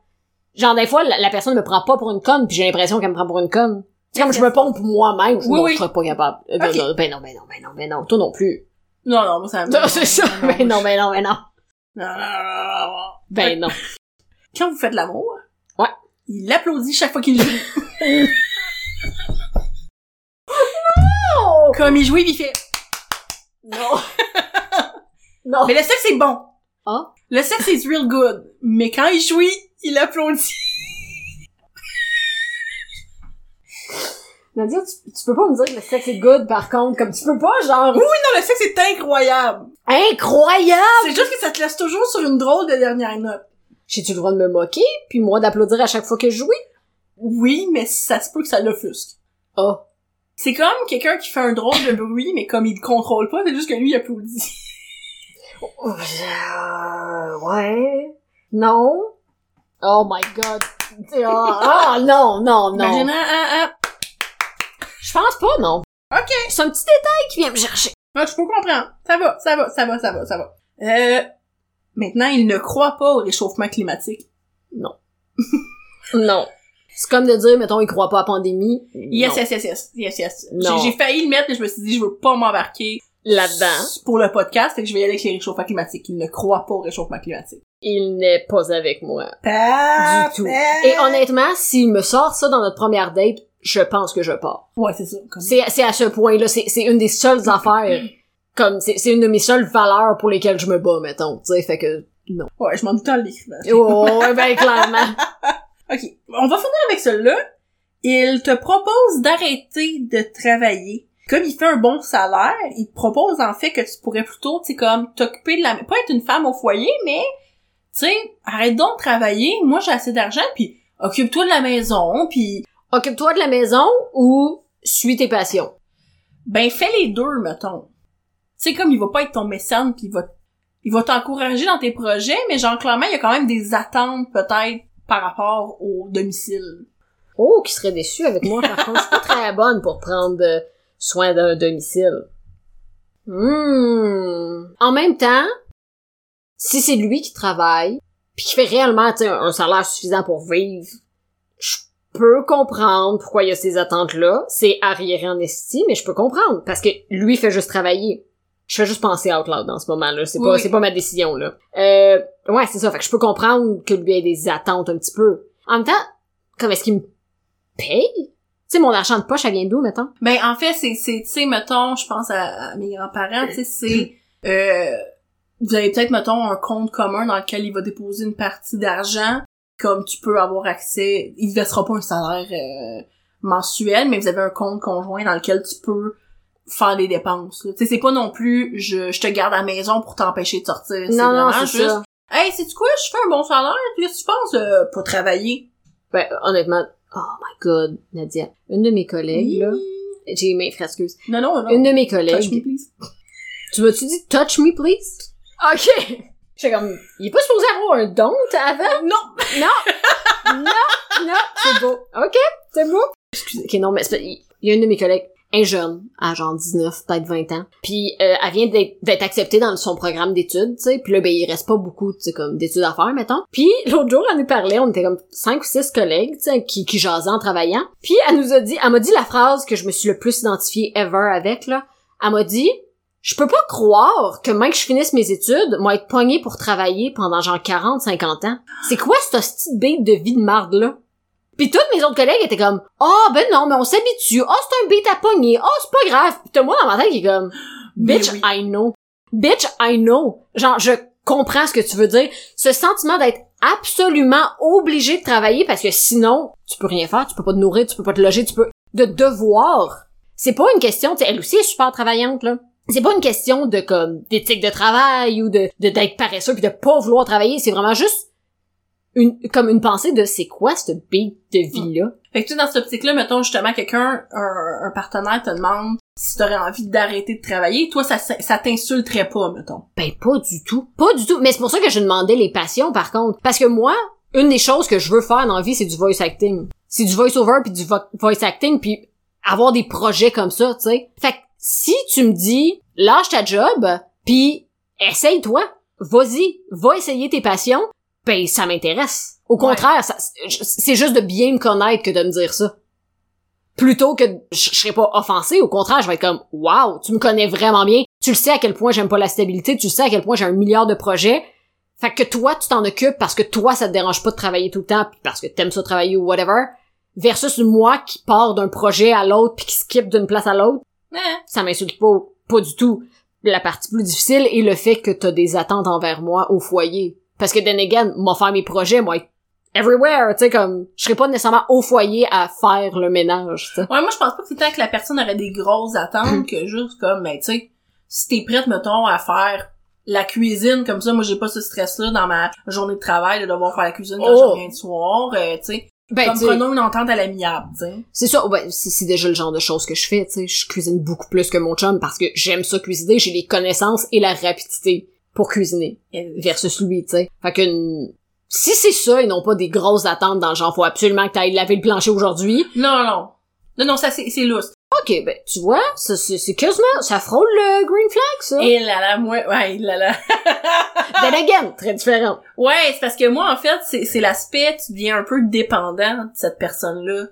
[SPEAKER 1] genre des fois la, la personne me prend pas pour une conne puis j'ai l'impression qu'elle me prend pour une conne c'est comme je me pompe moi-même je
[SPEAKER 3] Oui,
[SPEAKER 1] non,
[SPEAKER 3] oui.
[SPEAKER 1] je serais pas capable Euh, non,
[SPEAKER 3] Ok.
[SPEAKER 1] non, ben non ben non ben non ben non toi non plus
[SPEAKER 3] Non, non, moi, ça...
[SPEAKER 1] non c'est ça ben
[SPEAKER 3] moi,
[SPEAKER 1] non ben non ben non
[SPEAKER 3] Non, non, non, non, non, non.
[SPEAKER 1] ben non
[SPEAKER 3] Quand vous faites l'amour,
[SPEAKER 1] Ouais.
[SPEAKER 3] il applaudit chaque fois qu'il joue.
[SPEAKER 1] non
[SPEAKER 3] Comme il joue, il fait.
[SPEAKER 1] non non
[SPEAKER 3] Mais le sexe c'est bon.
[SPEAKER 1] Ah.
[SPEAKER 3] Le sexe c'est real good. Mais quand il jouit, il applaudit.
[SPEAKER 1] Nadia tu, tu peux pas me dire que le sexe est good par contre comme tu peux pas genre
[SPEAKER 3] Non, le sexe c'est incroyable.
[SPEAKER 1] incroyable
[SPEAKER 3] C'est juste que ça te laisse toujours sur une drôle de dernière note.
[SPEAKER 1] j'ai-tu le droit de me moquer puis moi d'applaudir à chaque fois que je jouis
[SPEAKER 3] Oui, mais ça se peut que ça l'offusque.
[SPEAKER 1] oh
[SPEAKER 3] C'est comme quelqu'un qui fait un drôle de bruit, mais comme il le contrôle pas, c'est juste que lui, il applaudit.
[SPEAKER 1] Euh, ouais. Non. Oh my god. Ah ah, non, non, non.
[SPEAKER 3] Imagine, ah, ah,
[SPEAKER 1] Je pense pas, non.
[SPEAKER 3] ah. Ok.
[SPEAKER 1] C'est un petit détail qui vient me chercher.
[SPEAKER 3] Ah, je peux comprendre. Ça va, ça va, ça va, ça va, ça va. Euh, maintenant, il ne croit pas au réchauffement climatique.
[SPEAKER 1] Non. C'est comme de dire, mettons, ils croient pas à la pandémie. Non.
[SPEAKER 3] Yes, yes, yes, yes, yes, yes.
[SPEAKER 1] Non.
[SPEAKER 3] J'ai- J'ai failli le mettre, mais je me suis dit, je veux pas m'embarquer
[SPEAKER 1] Là-dedans,
[SPEAKER 3] pour le podcast, fait que je vais y aller avec les réchauffements climatiques. Il ne croit pas au réchauffement climatique.
[SPEAKER 1] il n'est pas avec moi.
[SPEAKER 3] Pas
[SPEAKER 1] Du tout. Et honnêtement, s'il me sort ça dans notre première date, je pense que je pars.
[SPEAKER 3] Ouais, c'est ça. comme-
[SPEAKER 1] C'est, c'est à ce point-là, c'est, c'est une des seules affaires, comme, c'est, c'est une de mes seules valeurs pour lesquelles je me bats, mettons, tu sais, fait que, non.
[SPEAKER 3] Ouais, je m'en doutais en l'écrivant.
[SPEAKER 1] Oh, ben, clairement.
[SPEAKER 3] Ok, on va finir avec celui-là. Il te propose d'arrêter de travailler. Comme il fait un bon salaire, il te propose en fait que tu pourrais plutôt, tu sais, comme t'occuper de la... Pas être une femme au foyer, mais, tu sais, arrête donc de travailler, moi j'ai assez d'argent, puis occupe-toi de la maison, puis
[SPEAKER 1] Occupe-toi de la maison ou suis tes passions.
[SPEAKER 3] ben fais les deux, mettons. Tu sais, comme il va pas être ton mécène, puis il va, il va t'encourager dans tes projets, mais genre, clairement, il y a quand même des attentes, peut-être, par rapport au domicile.
[SPEAKER 1] Oh, qui serait déçu avec moi, par contre, je suis pas très bonne pour prendre euh, soin d'un domicile. Hmm. En même temps, si c'est lui qui travaille, puis qui fait réellement tu sais, un, un salaire suffisant pour vivre, je peux comprendre pourquoi il y a ces attentes-là. C'est arriéré en estime, mais je peux comprendre, parce que lui fait juste travailler. Je fais juste penser out loud dans ce moment-là. C'est
[SPEAKER 3] Oui,
[SPEAKER 1] pas,
[SPEAKER 3] oui.
[SPEAKER 1] c'est pas ma décision, là. Euh, ouais, c'est ça. Fait que je peux comprendre que lui ait des attentes un petit peu. En même temps, comme est-ce qu'il me paye? Tu sais, mon argent de poche, elle vient d'où, mettons?
[SPEAKER 3] Ben, en fait, c'est, c'est, tu sais, mettons, je pense à, à mes grands-parents, tu sais, c'est, euh, vous avez peut-être, mettons, un compte commun dans lequel il va déposer une partie d'argent, comme tu peux avoir accès, il ne versera pas un salaire euh, mensuel, mais vous avez un compte conjoint dans lequel tu peux faire des dépenses. là. Tu sais, c'est pas non plus, je, je te garde à la maison pour t'empêcher de sortir. c'est
[SPEAKER 1] Non, non,
[SPEAKER 3] vraiment
[SPEAKER 1] c'est
[SPEAKER 3] juste,
[SPEAKER 1] ça.
[SPEAKER 3] hey, c'est quoi, je fais un bon salaire, qu'est-ce que tu penses, euh, pour travailler?
[SPEAKER 1] Ben, honnêtement, oh my god, Nadia. Une de mes collègues, là, j'ai mes frères, excuse.
[SPEAKER 3] Non, non, non.
[SPEAKER 1] Une de mes
[SPEAKER 3] Touch
[SPEAKER 1] collègues,
[SPEAKER 3] me, please.
[SPEAKER 1] tu m'as-tu dit touch me please? Ok! J'étais comme, il est pas supposé avoir un don avant?
[SPEAKER 3] Non!
[SPEAKER 1] Non, non, c'est beau. Ok, c'est beau. Excusez. Ok, non, mais c'est- il y a une de mes collègues, un jeune, à genre 19, peut-être 20 ans, puis euh, elle vient d'être- d'être acceptée dans son programme d'études, tu sais, puis là, ben, il reste pas beaucoup, tu sais, comme d'études à faire, mettons. Puis l'autre jour, elle nous parlait, on était comme cinq ou six collègues, tu sais, qui, qui jasaient en travaillant, puis elle nous a dit, elle m'a dit la phrase que je me suis le plus identifiée ever avec, là. Elle m'a dit... Je peux pas croire que même que je finisse mes études, moi être pognée pour travailler pendant genre 40, 50 ans. C'est quoi cette petite bête de vie de marde là? Pis toutes mes autres collègues étaient comme « Ah, ben non, mais on s'habitue. Ah, c'est un bête à pogner. Ah, c'est pas grave. » Pis t'as moi dans ma tête qui est comme « Bitch,
[SPEAKER 3] Mais oui.
[SPEAKER 1] I know. Bitch, I know. » Genre, je comprends ce que tu veux dire. Ce sentiment d'être absolument obligé de travailler parce que sinon, tu peux rien faire, tu peux pas te nourrir, tu peux pas te loger, tu peux... De devoir. C'est pas une question... tu sais, Elle aussi est super travaillante, là. C'est pas une question de comme d'éthique de travail ou de de- d'être paresseux puis de pas vouloir travailler, c'est vraiment juste une, comme une pensée de c'est quoi cette bille de vie là
[SPEAKER 3] Fait que tu sais, dans cette optique-là, mettons justement quelqu'un, un, un partenaire te demande si t'aurais envie d'arrêter de travailler, toi ça, ça t'insulterait pas, mettons.
[SPEAKER 1] ben pas du tout pas du tout mais c'est pour ça que je demandais les passions par contre parce que moi une des choses que je veux faire dans la vie c'est du voice acting c'est du voice over puis du vo- voice acting puis avoir des projets comme ça tu sais fait que si tu me dis lâche ta job puis essaye toi vas-y va essayer tes passions ben ça m'intéresse au contraire ça- c'est juste de bien me connaître que de me dire ça plutôt que je, je serais pas offensée. Au contraire, je vais être comme, wow, tu me connais vraiment bien. Tu le sais à quel point j'aime pas la stabilité. Tu le sais à quel point j'ai un milliard de projets. Fait que toi, tu t'en occupes parce que toi, ça te dérange pas de travailler tout le temps puis parce que t'aimes ça travailler ou whatever. Versus moi qui part d'un projet à l'autre puis qui skip d'une place à l'autre.
[SPEAKER 3] Hein?
[SPEAKER 1] Ça m'insulte pas, pas du tout. La partie plus difficile est le fait que t'as des attentes envers moi au foyer. Parce que then again, moi faire mes projets, moi, être everywhere, tu sais, comme, je serais pas nécessairement au foyer à faire le ménage, tu sais.
[SPEAKER 3] Ouais, moi je pense pas que c'est tant que la personne aurait des grosses attentes que juste comme, ben tu sais, si t'es prête, mettons, à faire la cuisine comme ça, moi j'ai pas ce stress-là dans ma journée de travail de devoir faire la cuisine quand
[SPEAKER 1] Oh.
[SPEAKER 3] je reviens le soir, euh, tu sais.
[SPEAKER 1] Ben,
[SPEAKER 3] comme
[SPEAKER 1] tu sais,
[SPEAKER 3] prenons une entente à l'amiable, tu sais.
[SPEAKER 1] c'est ça, ben, c'est c'est déjà le genre de choses que je fais, tu sais, je cuisine beaucoup plus que mon chum parce que j'aime ça cuisiner, j'ai les connaissances et la rapidité pour cuisiner
[SPEAKER 3] Et-
[SPEAKER 1] versus lui, tu sais. Fait que Si c'est ça, ils n'ont pas des grosses attentes dans le genre, faut absolument que t'ailles laver le plancher aujourd'hui.
[SPEAKER 3] Non, non. Non, non, ça, c'est c'est lousse.
[SPEAKER 1] Ok, ben, tu vois, ça, c'est c'est quasiment, ça frôle le green flag, ça.
[SPEAKER 3] Et Eh là, là, moi, ouais, là, là.
[SPEAKER 1] Then again, très différent.
[SPEAKER 3] Ouais, c'est parce que moi, en fait, c'est c'est l'aspect, tu deviens un peu dépendant de cette personne-là.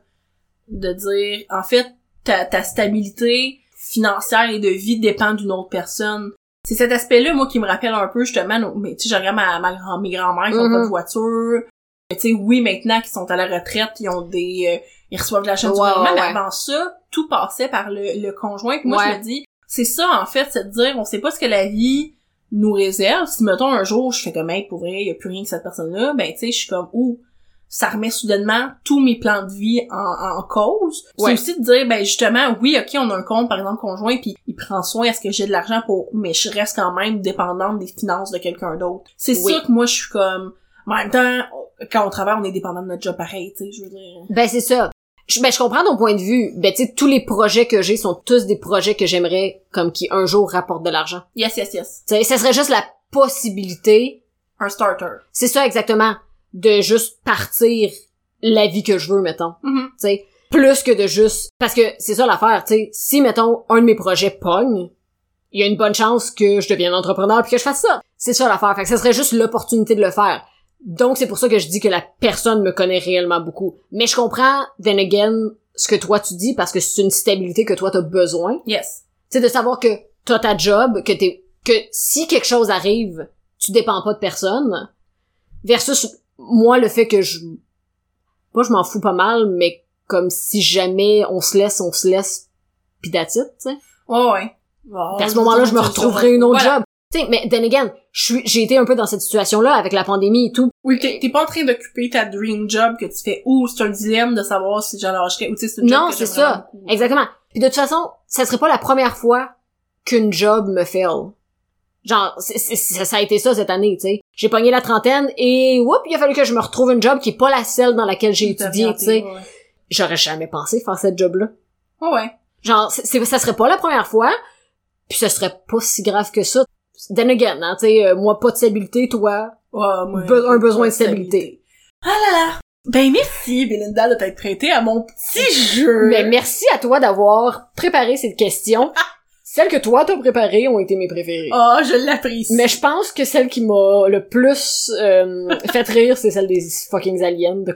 [SPEAKER 3] De dire, en fait, ta, ta stabilité financière et de vie dépend d'une autre personne. C'est cet aspect-là, moi, qui me rappelle un peu, justement, nos- mais tu sais, je regarde ma, ma grand, mes grands-mères qui ont pas de
[SPEAKER 1] Mhm.
[SPEAKER 3] voiture. Mais tu sais, oui, maintenant qu'ils sont à la retraite, ils ont des, euh, ils reçoivent de la chaîne du
[SPEAKER 1] Ouais,
[SPEAKER 3] gouvernement,
[SPEAKER 1] ouais,
[SPEAKER 3] mais
[SPEAKER 1] ouais.
[SPEAKER 3] avant ça, tout passait par le, le conjoint. Puis moi,
[SPEAKER 1] Ouais.
[SPEAKER 3] je me dis, c'est ça, en fait, c'est de dire, on sait pas ce que la vie nous réserve. Si, mettons, un jour, je fais comme, hey, pour vrai, y a plus rien que cette personne-là, ben, tu sais, je suis comme, ouh, ça remet soudainement tous mes plans de vie en, en cause. Puis
[SPEAKER 1] Ouais.
[SPEAKER 3] C'est aussi de dire, ben, justement, oui, ok, on a un compte, par exemple, conjoint, puis il prend soin à ce que j'ai de l'argent pour, mais je reste quand même dépendante des finances de quelqu'un d'autre. C'est
[SPEAKER 1] Oui.
[SPEAKER 3] ça que moi, je suis comme, mais en même temps, quand on travaille, on est dépendant de notre job pareil, tu sais, je veux dire.
[SPEAKER 1] Ben, c'est ça. Je, ben, je comprends ton point de vue. Ben, tu sais, tous les projets que j'ai sont tous des projets que j'aimerais, comme qui un jour rapportent de l'argent.
[SPEAKER 3] Yes, yes, yes.
[SPEAKER 1] Tu sais, ça serait juste la possibilité
[SPEAKER 3] Un starter.
[SPEAKER 1] C'est ça exactement, de juste partir la vie que je veux, mettons.
[SPEAKER 3] Mhm.
[SPEAKER 1] Tu sais, plus que de juste... Parce que c'est ça l'affaire, tu sais, si, mettons, un de mes projets pogne, il y a une bonne chance que je devienne entrepreneur puis que je fasse ça. C'est ça l'affaire. Fait que ça serait juste l'opportunité de le faire. Donc, c'est pour ça que je dis que la personne me connaît réellement beaucoup. Mais je comprends, then again, ce que toi tu dis, parce que c'est une stabilité que toi t'as besoin
[SPEAKER 3] Yes.
[SPEAKER 1] c'est de savoir que t'as ta job, que t'es, que si quelque chose arrive, tu dépends pas de personne. Versus moi, le fait que je, moi je m'en fous pas mal, mais comme si jamais on se laisse, on se laisse, pis that's it, tu sais.
[SPEAKER 3] Ouais, ouais.
[SPEAKER 1] Puis à ce moment-là, je me retrouverai une autre
[SPEAKER 3] Voilà.
[SPEAKER 1] job. Tu sais, mais then again, je suis, j'ai été un peu dans cette situation-là avec la pandémie et tout.
[SPEAKER 3] Oui, t'es t'es pas en train d'occuper ta dream job que tu fais ou c'est un dilemme de savoir si j'en lâcherais ou tu sais, c'est une job
[SPEAKER 1] Non,
[SPEAKER 3] que
[SPEAKER 1] c'est
[SPEAKER 3] j'aime
[SPEAKER 1] ça.
[SPEAKER 3] vraiment beaucoup.
[SPEAKER 1] Exactement. Puis de toute façon, ça serait pas la première fois qu'une job me fail. Genre, c'est- c'est- ça- ça a été ça cette année, tu sais. J'ai pogné la trentaine et whoop, il a fallu que je me retrouve une job qui est pas la celle dans laquelle j'ai étudié, tu sais.
[SPEAKER 3] Ouais,
[SPEAKER 1] J'aurais jamais pensé faire cette job-là.
[SPEAKER 3] Ouais, ouais.
[SPEAKER 1] Genre, c'est- c'est- ça serait pas la première fois, puis ce serait pas si grave que ça. Then again, hein, tu sais, euh, moi, pas de stabilité, toi.
[SPEAKER 3] Ouais, moi,
[SPEAKER 1] Be- un besoin de stabilité.
[SPEAKER 3] Ah là là! Ben merci, Belinda, de t'être prêtée à mon petit jeu!
[SPEAKER 1] Mais merci à toi d'avoir préparé cette question. Celles que toi t'as préparées ont été mes préférées.
[SPEAKER 3] Oh, je l'apprécie.
[SPEAKER 1] Mais je pense que celle qui m'a le plus euh, fait rire, c'est celle des fucking aliens. De, de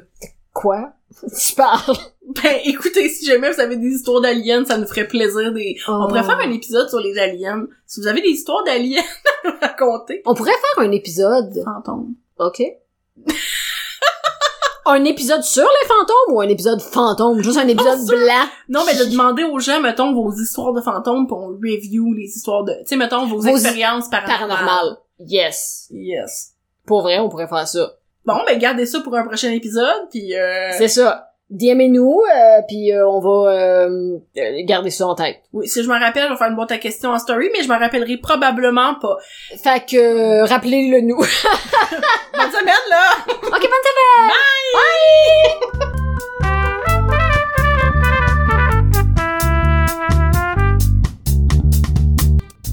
[SPEAKER 1] quoi? Tu parles?
[SPEAKER 3] Ben écoutez, si jamais vous avez des histoires d'aliens, ça nous ferait plaisir des... On
[SPEAKER 1] Oh.
[SPEAKER 3] pourrait faire un épisode sur les aliens. Si vous avez des histoires d'aliens à nous raconter...
[SPEAKER 1] On pourrait faire un épisode.
[SPEAKER 3] Fantôme.
[SPEAKER 1] OK. un épisode sur les fantômes ou un épisode fantôme? Juste un épisode blanc.
[SPEAKER 3] Non, mais de demander aux gens, mettons, vos histoires de fantômes, puis on review les histoires de... Tu sais, mettons, vos,
[SPEAKER 1] Vos
[SPEAKER 3] expériences paranormales.
[SPEAKER 1] Paranormal. Yes.
[SPEAKER 3] Yes.
[SPEAKER 1] Pour vrai, on pourrait faire ça.
[SPEAKER 3] Bon, ben gardez ça pour un prochain épisode, puis... Euh...
[SPEAKER 1] C'est ça. DMez-nous, euh, puis euh, on va euh, euh, garder ça en tête.
[SPEAKER 3] Oui, si je me rappelle, je vais faire une boîte à questions en story, mais je me rappellerai probablement pas.
[SPEAKER 1] Fait que, euh, rappelez-le nous.
[SPEAKER 3] Bonne semaine, là!
[SPEAKER 1] OK, bonne semaine!